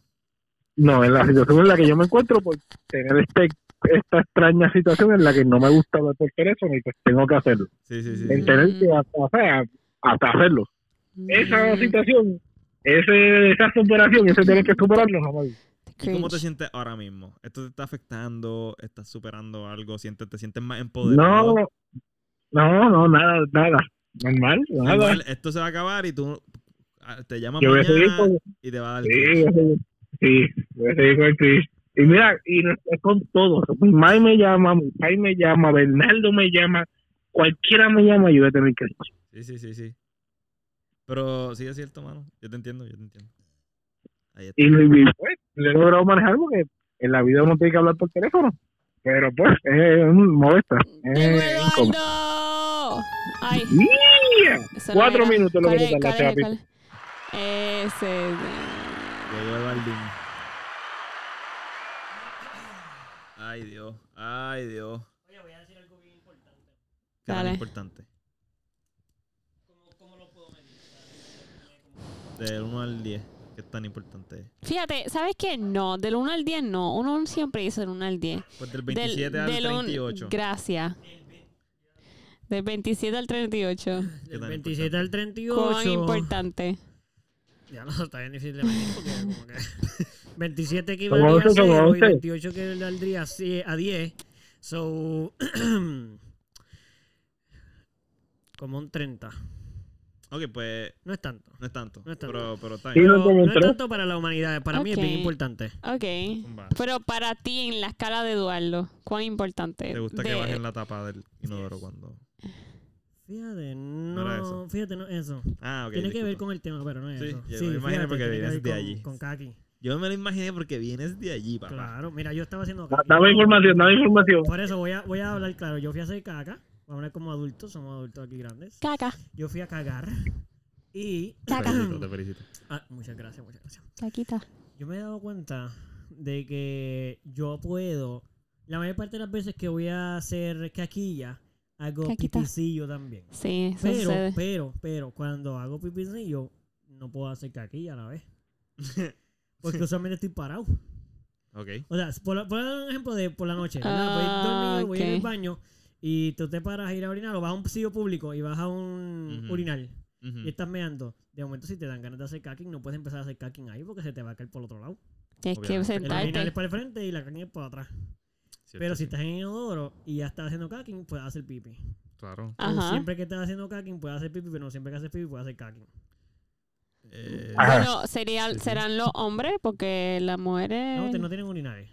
No, en la situación en la que yo me encuentro por tener este, esta extraña situación en la que no me gusta hablar por teléfono y pues tengo que hacerlo.
Sí, sí, sí.
En
sí.
tener que hasta, o sea, hasta hacerlo. Esa
mm,
situación, ese, esa superación, ese tener que superarlo jamás.
¿Y cómo te
cringe.
sientes ahora mismo? ¿Esto te está afectando? ¿Estás superando algo? ¿Sientes, ¿Te sientes más empoderado?
No, no, no, nada, nada. Normal, nada.
Igual, esto se va a acabar y tú ah, te llamas
Yo voy a seguir
mañana
con,
y te va a dar...
Sí, yo sí, yo soy igual que Chris. Y mira, y no- es con todos. Mi madre me llama, mi padre me llama, Bernardo me llama, cualquiera me llama, yo voy a tener que escuchar.
Sí, sí, sí, sí. Pero sí es cierto, mano. Yo te entiendo, yo te entiendo. Ahí está.
Y lo y, pues, lo he logrado manejar porque en la vida uno tiene que hablar por teléfono. Pero pues, es un- molesta. es
¡Llegó
incómodo.
Eduardo! Ay,
¡Yeah!
eso no
Cuatro
era.
minutos lo
¿Cuál
que
es?
tarda,
¿Cuál es?
chapi.
¿Cuál es? Ese.
Llegó Eduardín. Ay, Dios. Ay, Dios.
Oye, voy a decir algo bien importante.
Qué tan
Dale.
importante. Del 1 al 10. ¿Qué tan importante es?
Fíjate, ¿sabes qué? No, del 1 al 10 no. Uno siempre dice del 1 al 10.
Pues del
Del-
27 al
del un-
38.
gracias. Del 27 al 38.
Del
tan
27 al 38.
Cuán importante.
Ya no, (laughs) está bien difícil de medir porque
(laughs)
como que 27 que
Son
equivaldría a
once, son
0 y
once.
28 que valdría sie- a 10. So, (clears throat) como un 30.
Ok, pues
No es tanto.
no es tanto.
No es tanto.
Pero, pero está
Sí,
bien.
Pero
no como
no
un
es
tres.
tanto para la humanidad, para mí es bien
Ok.
importante.
Ok.
Zumba.
Pero para ti, en la escala de Eduardo, ¿cuán importante?
Te gusta que
De-
bajen la tapa del inodoro cuando.
Fíjate,
era
no,
eso.
fíjate, no eso.
Ah, ok.
Tiene que ver
disculpa.
con el tema, pero no es
Sí,
eso.
yo me imagino porque
tiene que
vienes
ver
de
con-
allí.
Con Kaki.
Yo me lo imaginé porque vienes de allí, papá.
Claro, mira, yo estaba haciendo
Ah,
Da-
Kaki.
Dame información, dame información.
Por eso voy a, voy a hablar claro. Yo fui a hacer caca. Vamos a hablar como adultos, somos adultos aquí grandes.
Caca,
Yo fui a cagar y... (clears throat)
Te felicito, te felicito.
Ah, muchas gracias, muchas gracias.
caquita.
Yo me he dado cuenta de que yo puedo... La mayor parte de las veces que voy a hacer caquilla, hago
Caquita.
pipicillo también.
Sí, eso
Pero,
sucede.
pero, pero, cuando hago pipicillo, no puedo hacer caquilla a la vez. Porque usualmente estoy parado.
Ok.
O sea, por, la- por un ejemplo de por la noche. ¿verdad? voy
Ah,
dormido, voy en el
ok.
baño y tú te paras a ir a orinar o vas a un sitio público y vas a un
Ujú.
urinal
Ujú.
y estás meando. De momento, si te dan ganas de hacer cacking, no puedes empezar a hacer cacking ahí porque se te va a caer por el otro lado.
Tienes que
obviamente.
El urinal es
sentarte.
para el frente y la cacking es para atrás.
Cierto,
Pero si
sí.
estás en el inodoro y ya estás haciendo cacking, puedes hacer pipi.
Claro.
O
Ajá.
siempre que estás haciendo cacking, puedes hacer pipi, pero no siempre que haces pipi, puedes hacer cacking.
Eh,
Ajá.
Bueno, sería,
Sí, sí.
serán los hombres porque las mujeres.
No, ustedes no tienen urinales.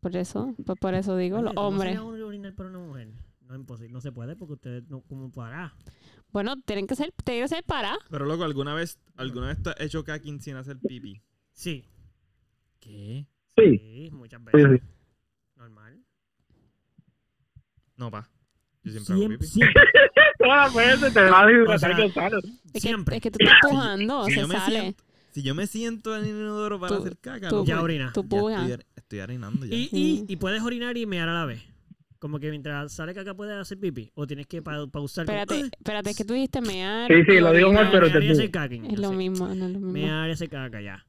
Por eso, pues por eso digo,
Oye,
Eh, los
¿cómo
hombres.
sería un urinal para una mujer? No es imposible, no se puede porque ustedes no, como para.
Bueno, tienen que ser, tienen que ser para.
Pero loco, ¿alguna vez, alguna vez te has hecho caking sin hacer pipí?
Sí.
¿Qué?
Sí,
Sí, muchas
sí,
veces.
sí.
Normal.
No, pa. Yo siempre hago
Siem-
pipí.
Siempre. Ah,
Todas
pues,
las veces te vas a
O sea,
deshidratar, Gonzalo.
Es que,
siempre.
es que tú estás pujando,
si
se
yo me
sale.
siento- Si yo me siento en el inodoro para
Tú-
hacer caca,
tú-
loco,
Ya orina.
Tú
ya
pujas.
estoy, estoy orinando ya.
Y,
Mm.
y, y puedes orinar y mear a la vez. Como que mientras sale caca puedes hacer pipi. O tienes que pa- pausar. como,
Espérate,
"Ah,
espérate, es que tú dijiste mear.
Sí, sí,
y
lo digo
orinar.
mal, pero te
mear y hacer
entiendo.
cacking,
Es lo
sí.
mismo, no es lo mismo.
Mear y hacer caca ya.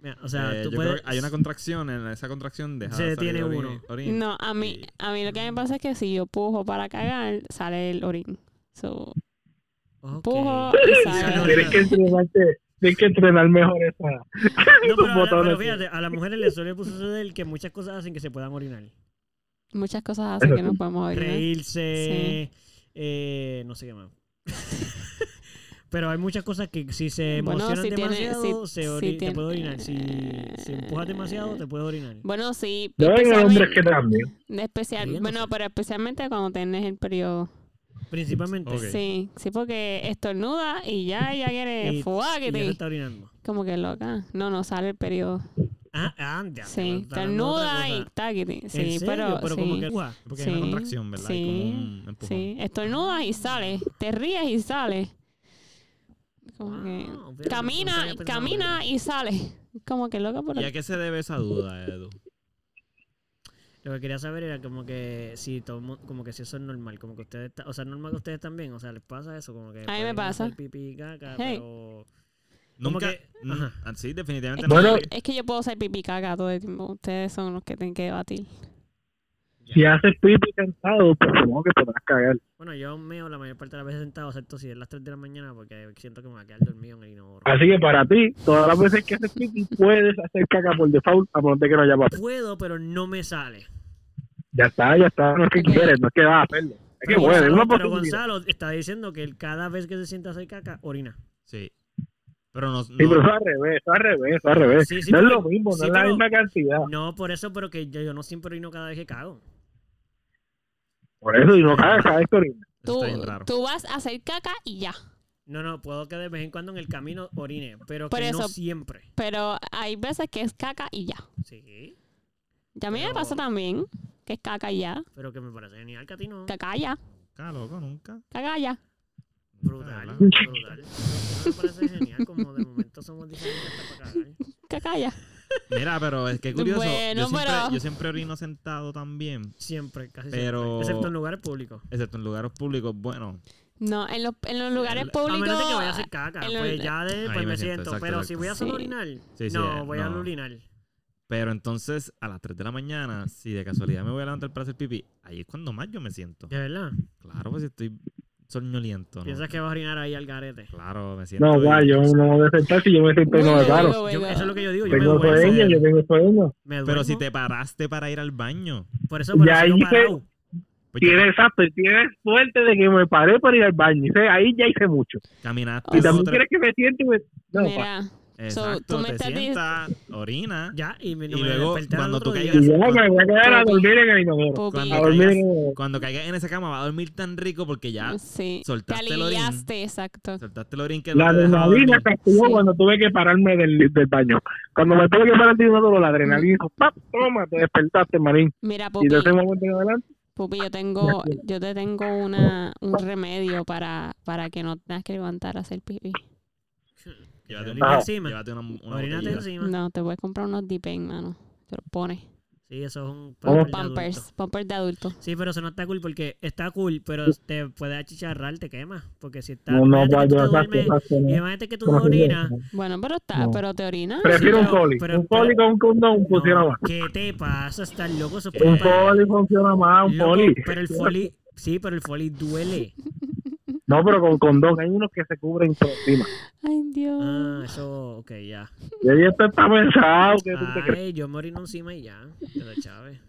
Mea- O sea,
Eh,
tú
yo
puedes.
creo que hay una contracción, en esa contracción deja
Se
salir
detiene
ori-
uno.
orín.
No, a mí,
Y-
a mí lo que me pasa es que si yo pujo para cagar, sale el orín. So,
Ok.
pujo y
Sale
sale.
orín.
Tienes que entrenarte, tienes que entrenar mejor esa.
No, pero, a la- pero
botones.
fíjate, a las mujeres les suele suceder que muchas cosas hacen que se puedan orinar.
Muchas cosas hacen que nos podemos orinar.
Reírse. eh, no sé qué más. (laughs) Pero hay muchas cosas que si se
Bueno,
emocionan
si tiene-
demasiado,
si-
se ori-
si
te
tiene- eh,
puede orinar. Si, si empujas demasiado, te puede orinar.
Bueno, sí.
Yo veo en hombres
especialmente-
que también.
especial-
Riéndose.
bueno, pero especialmente cuando tenés el periodo.
Principalmente.
Ok.
Sí, sí, porque estornuda y ya ella quiere
Y- Y ya se
fuáquete.
está orinando.
Como que loca. No, no sale el periodo.
Ah, ah, ya,
Sí,
está hablando de otra
estornuda y
cosa.
táquete.
¿En
Sí,
serio?
pero.
pero
sí.
como que empuja.
Porque hay una
Sí,
contracción, ¿verdad? Hay como
sí,
un empujón.
Sí, estornudas y sales. Te ríes y sales. Como
Wow,
que.
fíjate, nunca
Camina,
había Ah. pensado en
camina y sales. Como que loca por
¿Y a qué se debe esa duda, Edu?
Lo que quería saber era como que si todo el mu- como que si eso es normal, como que ustedes, ta- o sea, normal que ustedes también, o sea, les pasa eso como que
me
pueden
pasa.
hacer Pipí y caca,
Hey.
pero Como
Nunca.
que-
mm,
ajá.
ah, Sí, definitivamente
Bueno,
no.
Es que yo puedo ser pipi caca todo el tiempo. Ustedes son los que tienen que debatir.
Si haces pipi sentado, pues supongo que podrás cagar.
bueno, yo meo la mayor parte de las veces sentado, excepto si es las 3 de la mañana porque siento que me voy a quedar dormido en el inodoro.
Así que para ti, todas las veces que haces pipi, puedes hacer caca por default, a menos de que no haya papel.
Puedo, pero no me sale.
Ya está, ya está. No es que quieres, no es que vas a hacerlo. Es que
Pero
puedes, es
Gonzalo,
una
pero
posibilidad.
Gonzalo está diciendo que él cada vez que se sienta a hacer caca, orina.
Sí. Pero no.
Sí, pero
no-
eso al revés, eso al revés, eso al revés.
Sí, sí,
no es
pero-
lo mismo, no
sí,
es la
pero-
misma cantidad.
No, por eso, pero que yo, yo no siempre orino cada vez que cago.
Por eso, y no cagas cada vez que orinas.
Tú,
Está bien raro.
tú vas a hacer caca y ya.
No, no, puedo que de vez en cuando en el camino orine, pero
Por
que no
eso.
siempre.
Pero hay veces que es caca y ya.
Sí,
Ya a mí me
Pero-
pasa también que es caca y ya.
pero que me parece genial que a ti no.
Caca y ya.
Nunca, loco, nunca.
Caca y ya.
Brutal,
¿verdad?
brutal. Me parece genial como de momento somos diferentes hasta para cagar.
Caca y ya.
Mira, pero es que curioso. yo,
Bueno,
siempre,
pero-
yo siempre orino sentado también.
Siempre, casi
Pero-
siempre. Excepto en lugares públicos.
Excepto en lugares públicos. Bueno,
No, en los, en los lugares
el- a
A menos de que vaya a
públicos.
hacer caca,
en
pues
lo-
ya de, pues
Ahí
me,
me siento,
siento.
exacto,
pero
exacto.
si voy a solo
Sí.
orinar,
Sí, sí,
no,
eh,
voy a
no.
orinar.
pero entonces a las 3 de la mañana, si de casualidad me voy a levantar para hacer pipí, ahí es cuando más yo me siento.
De verdad.
Claro, pues si estoy soñoliento. ¿no?
Piensas que vas a orinar ahí al garete.
Claro, me siento.
No,
bien.
guay, yo no me voy a sentar si yo me siento y no me
Luego,
paro.
luego,
Yo-
luego.
eso es lo que yo digo. Yo me
Tengo
duermo.
sueño, yo tengo sueño.
Me duermo.
Pero si te paraste para ir al baño.
Por eso, por
Ya
eso
ahí
no
se-
parado.
Pues ya
Tienes, exacto, y tienes suerte de que me paré para ir al baño. Y sé, ahí ya hice mucho.
caminaste.
Y
Ah,
Eso
dos o
también
tres-
crees que me siento y me... No,
Mira,
pa.
Exacto,
So, tú me
te
estás dic-
sientas, orina.
Ya, y, me,
Y
no me
luego,
desperté al
cuando
otro
tú
día.
caigas-
Y yo me voy a quedar a dormir en el inodoro.
Pupi.
Cuando
A dormir en el inodoro.
Cuando caigas en esa cama, va a dormir tan rico porque ya
Sí. Te
soltaste el orín.
aliviaste, exacto.
soltaste el orín que
La
no te dejaba
adrenalina
dormir.
castigó
Sí.
cuando tuve que pararme del, del baño. Cuando me tuve que parar del inodoro, la adrenalina dijo, ¡pap! Toma, te despertaste, marín.
Mira,
Y
Pupi,
de ese momento en adelante,
Pupi, yo tengo, yo te tengo una, un remedio para, para que no tengas que levantar a hacer pipí.
Llévate,
Orínate
una-
encima.
llévate una, una
Orínate
botella.
encima.
No, te puedes comprar unos Dipen, mano. Te los pones.
Sí, eso es un
Vamos.
pamper de adulto.
Pampers, pampers de adulto.
Sí, pero eso no está cool porque está cool, pero te puede achicharrar, te quema. Porque si está.
no, no,
imagínate que
pues
tú
yo
te
esas
duermes-
cosas que no-
Imagínate que tú
no se
orinas.
hacen.
Bueno, pero está,
No.
pero te orinas.
Prefiero un
pero-
coli.
pero-
Un coli con un condón funciona más.
¿Qué te pasa? Estás loco, eso puede
Un coli funciona más, un
Loco,
coli.
Pero el foli, sí, pero el foli duele.
No, pero con condón. Hay unos que se cubren por encima.
Ay, Dios.
Ah, eso, ok, ya.
Y ahí esto está pensado. ¿Qué tú te crees?
Ay, yo me orino encima y ya. De la
(laughs)
Chávez.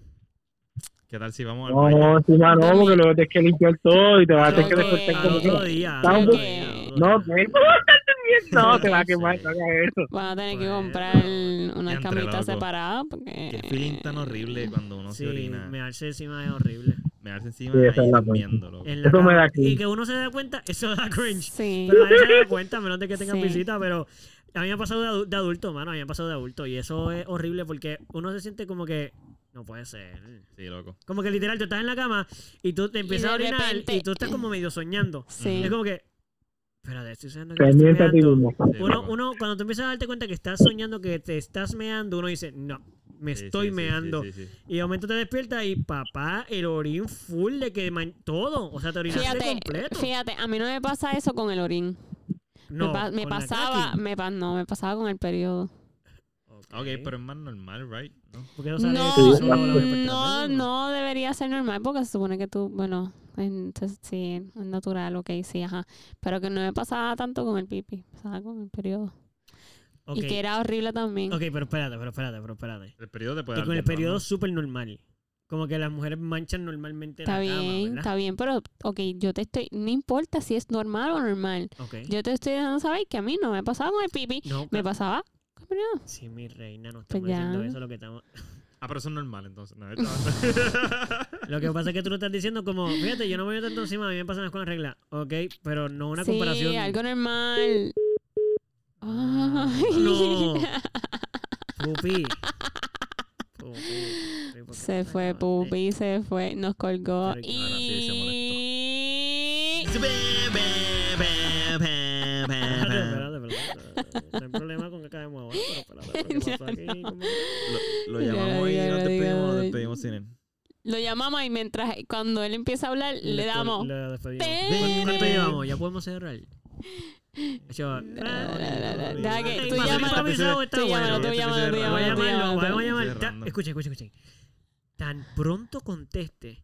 ¿Qué tal si vamos al
No,
baño?
no, encima no, porque luego tienes que limpiar todo y te vas a tener que
Creo que-
despertar
Al
como
otro
quiera.
día. al
Está
otro
un-
día, al otro
No, pues.
día.
¿qué? ¿Cómo estás durmiendo? No, te va a quemar, no hagas eso.
Van a tener que
Bueno,
comprar una
entre
camita
loco.
separada porque...
Qué feeling tan horrible cuando uno
Sí,
se orina. Me,
mearse encima es horrible.
hace encima
Sí, esa es
ahí
la
durmiendo, loco.
En la
Eso me
cama.
da cringe.
Y que uno se da cuenta, eso da cringe.
Sí.
Pero nadie se
(laughs)
da cuenta, a menos de que tengan
Sí.
visita, pero a mí me ha pasado de, adu- de adulto, mano, a mí me ha pasado de adulto. Y eso es horrible porque uno se siente como que no puede ser.
Sí, loco.
Como que literal, tú estás en la cama y tú te empiezas
de
a orinar
repente-
y tú estás como medio soñando.
Sí.
Es como que, espérate, estoy soñando que me estoy
Pendiente a ti
meando.
mismo.
Sí,
Uno,
loco.
uno, cuando tú empiezas a darte cuenta que estás soñando, que te estás meando, uno dice, no, me
Sí, sí,
estoy
sí,
meando.
sí, sí, sí.
Y de momento te despiertas y papá, el orín full de que man- todo. O sea, te orinaste
Fíjate,
completo.
fíjate, a mí no me pasa eso con el orín.
no,
me, pa- me
con la
pasaba,
Kaki.
me pa- no, me pasaba con el periodo.
Ok, pero es más normal, ¿right? ¿No?
Porque no, sabes
No,
si eso
sí,
lo habrá puesto en la
no,
mesa,
no debería ser normal porque se supone que tú, bueno, entonces, sí, es natural, ok, sí, ajá. Pero que no me pasaba tanto con el pipi, me pasaba con el periodo.
Ok,
Y que era horrible también.
ok, pero espérate, pero espérate, pero espérate.
El periodo te puede
Que
dar
con el
bien, ¿no?
periodo súper normal. Como que las mujeres manchan normalmente
Está
la
bien,
cama,
está bien, pero, ok, yo te estoy, no importa si es normal o normal.
¿verdad? Ok.
Yo te estoy dejando saber que a mí no me pasaba con el pipi,
No,
me
ca-
pasaba. con el-
Sí, mi reina, no
Pues
estamos diciendo
ya.
eso. Lo que, estamos... (laughs)
Ah, pero eso es normal, entonces. No, está-
lo que pasa es que tú lo estás diciendo como, fíjate, yo no me voy tanto encima, a mí me pasan las cosas reglas. Ok, pero no una
sí,
comparación.
algo normal.
(laughs)
Ay.
No.
(laughs)
Pupi. Pupi. Pupi, ¿por qué
Se
no te
fue
acabaste?
Pupi, se fue, nos colgó
Pero-
Ahora sí se
y...
Espérate, espérate, espérate, espérate. No hay problema con que acabemos ahora, pero espérate, ¿qué pasó
(laughs)
aquí? ¿Cómo?
lo, lo
Ya,
llamamos
ya,
y nos
ya,
despedimos, nos
ya.
despedimos sin él.
Lo llamamos y mientras, cuando él empieza a hablar, le damos...
Le despedimos.
Pe-
¿Cuánto- ¿Cuánto llevamos? ¿Ya podemos cerrar. Chaval.
Deja que
Ey,
tú
pasó
llámalo,
improvisado, está
tú
bueno.
llámalo, tú
Este
llámalo,
episodio
tú
es
Voy a
llámalo, tú
llamarlo,
llámalo.
voy
Estoy
a llamar. ta-
cerrando.
Escuchen, escuchen, escuchen. Tan pronto conteste,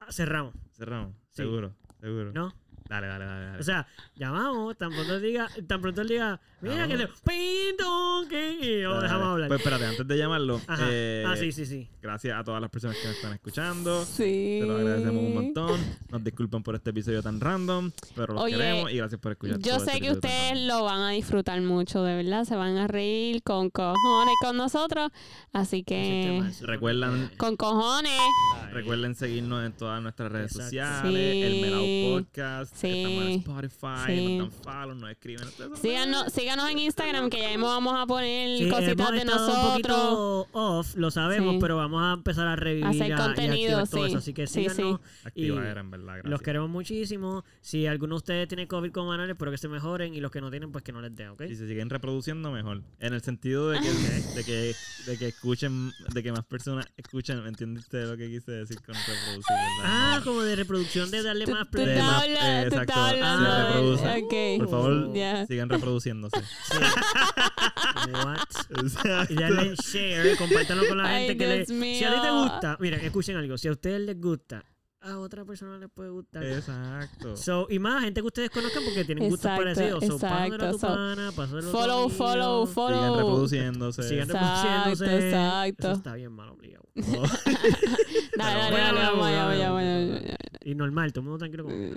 ah, cerramos,
Cerramos,
Sí.
seguro, seguro.
¿no?
Dale, dale, dale. dale.
O sea, llamamos, tan pronto diga, tan pronto él diga, mira que le pinto que y yo
Dale,
dejamos
dale.
hablar.
Pues espérate, antes de llamarlo,
Ajá.
eh,
ah, sí, sí, sí.
gracias a todas las personas que nos están escuchando.
Sí.
Te lo agradecemos un montón. Nos disculpan por este episodio tan random, pero los
Oye,
queremos y gracias por escuchar.
Yo
todo este
sé que
episodio tan
ustedes
random.
lo van a disfrutar mucho, de verdad. Se van a reír con cojones con nosotros. Así
Ese
que,
tema, ese tema.
recuerdan-
con cojones.
Ay.
Recuerden seguirnos en todas nuestras redes
Exacto.
sociales,
Sí.
el Melao Podcast,
Sí.
que estamos en Spotify,
Sí.
nos dan follow, nos escriben. ustedes saben.
Síganos, síganos en Instagram, que ya mismo vamos a poner
Sí,
cositas
hemos
de
estado un
nosotros.
poquito off, lo sabemos,
Sí.
pero vamos a empezar a revivir
Hacer
y a- y a
contenido,
activar todo
sí.
eso. Así que
Sí, sí.
síganos y
Activa era, en verdad, gracias.
los queremos muchísimo. Si alguno de ustedes tiene COVID con anal, espero que se mejoren y los que no tienen, pues que no les den, ¿ok?
Y se siguen reproduciendo mejor. En el sentido de que, de que, de que escuchen, de que más personas escuchen. ¿Entendiste lo que quise decir con reproducir?
Ah,
verdad?
como de reproducción de darle
Tú,
más
tú
play.
De
estás
más- eh,
habla- tú
exacto,
estás
se
hablando.
reproduce.
de-
Por
ok.
favor,
Ya.
sigan reproduciéndose.
Sí.
(laughs)
What?
Exacto.
Y dale
(laughs)
share, compártalo con la
Ay,
gente que
Dios
le. Si a ti te
mío.
gusta, miren, escuchen algo. Si a ustedes les gusta, a otra persona les puede gustar.
Eh. Exacto.
So, y más gente que ustedes conozcan porque tienen gustos
Exacto,
parecidos. So, pásamelo a tu
exacto, so,
pana, pásamelo a tu
Follow,
amigo.
follow,
Sigan
follow.
reproduciéndose.
Sigan
Exacto,
reproduciéndose.
exacto.
Eso está bien mal obligado.
Dale, dale,
Bueno,
dale,
bueno,
vamos
bueno,
allá, vamos allá,
bueno.
vamos allá.
(laughs) Y normal, todo el mundo tranquilo con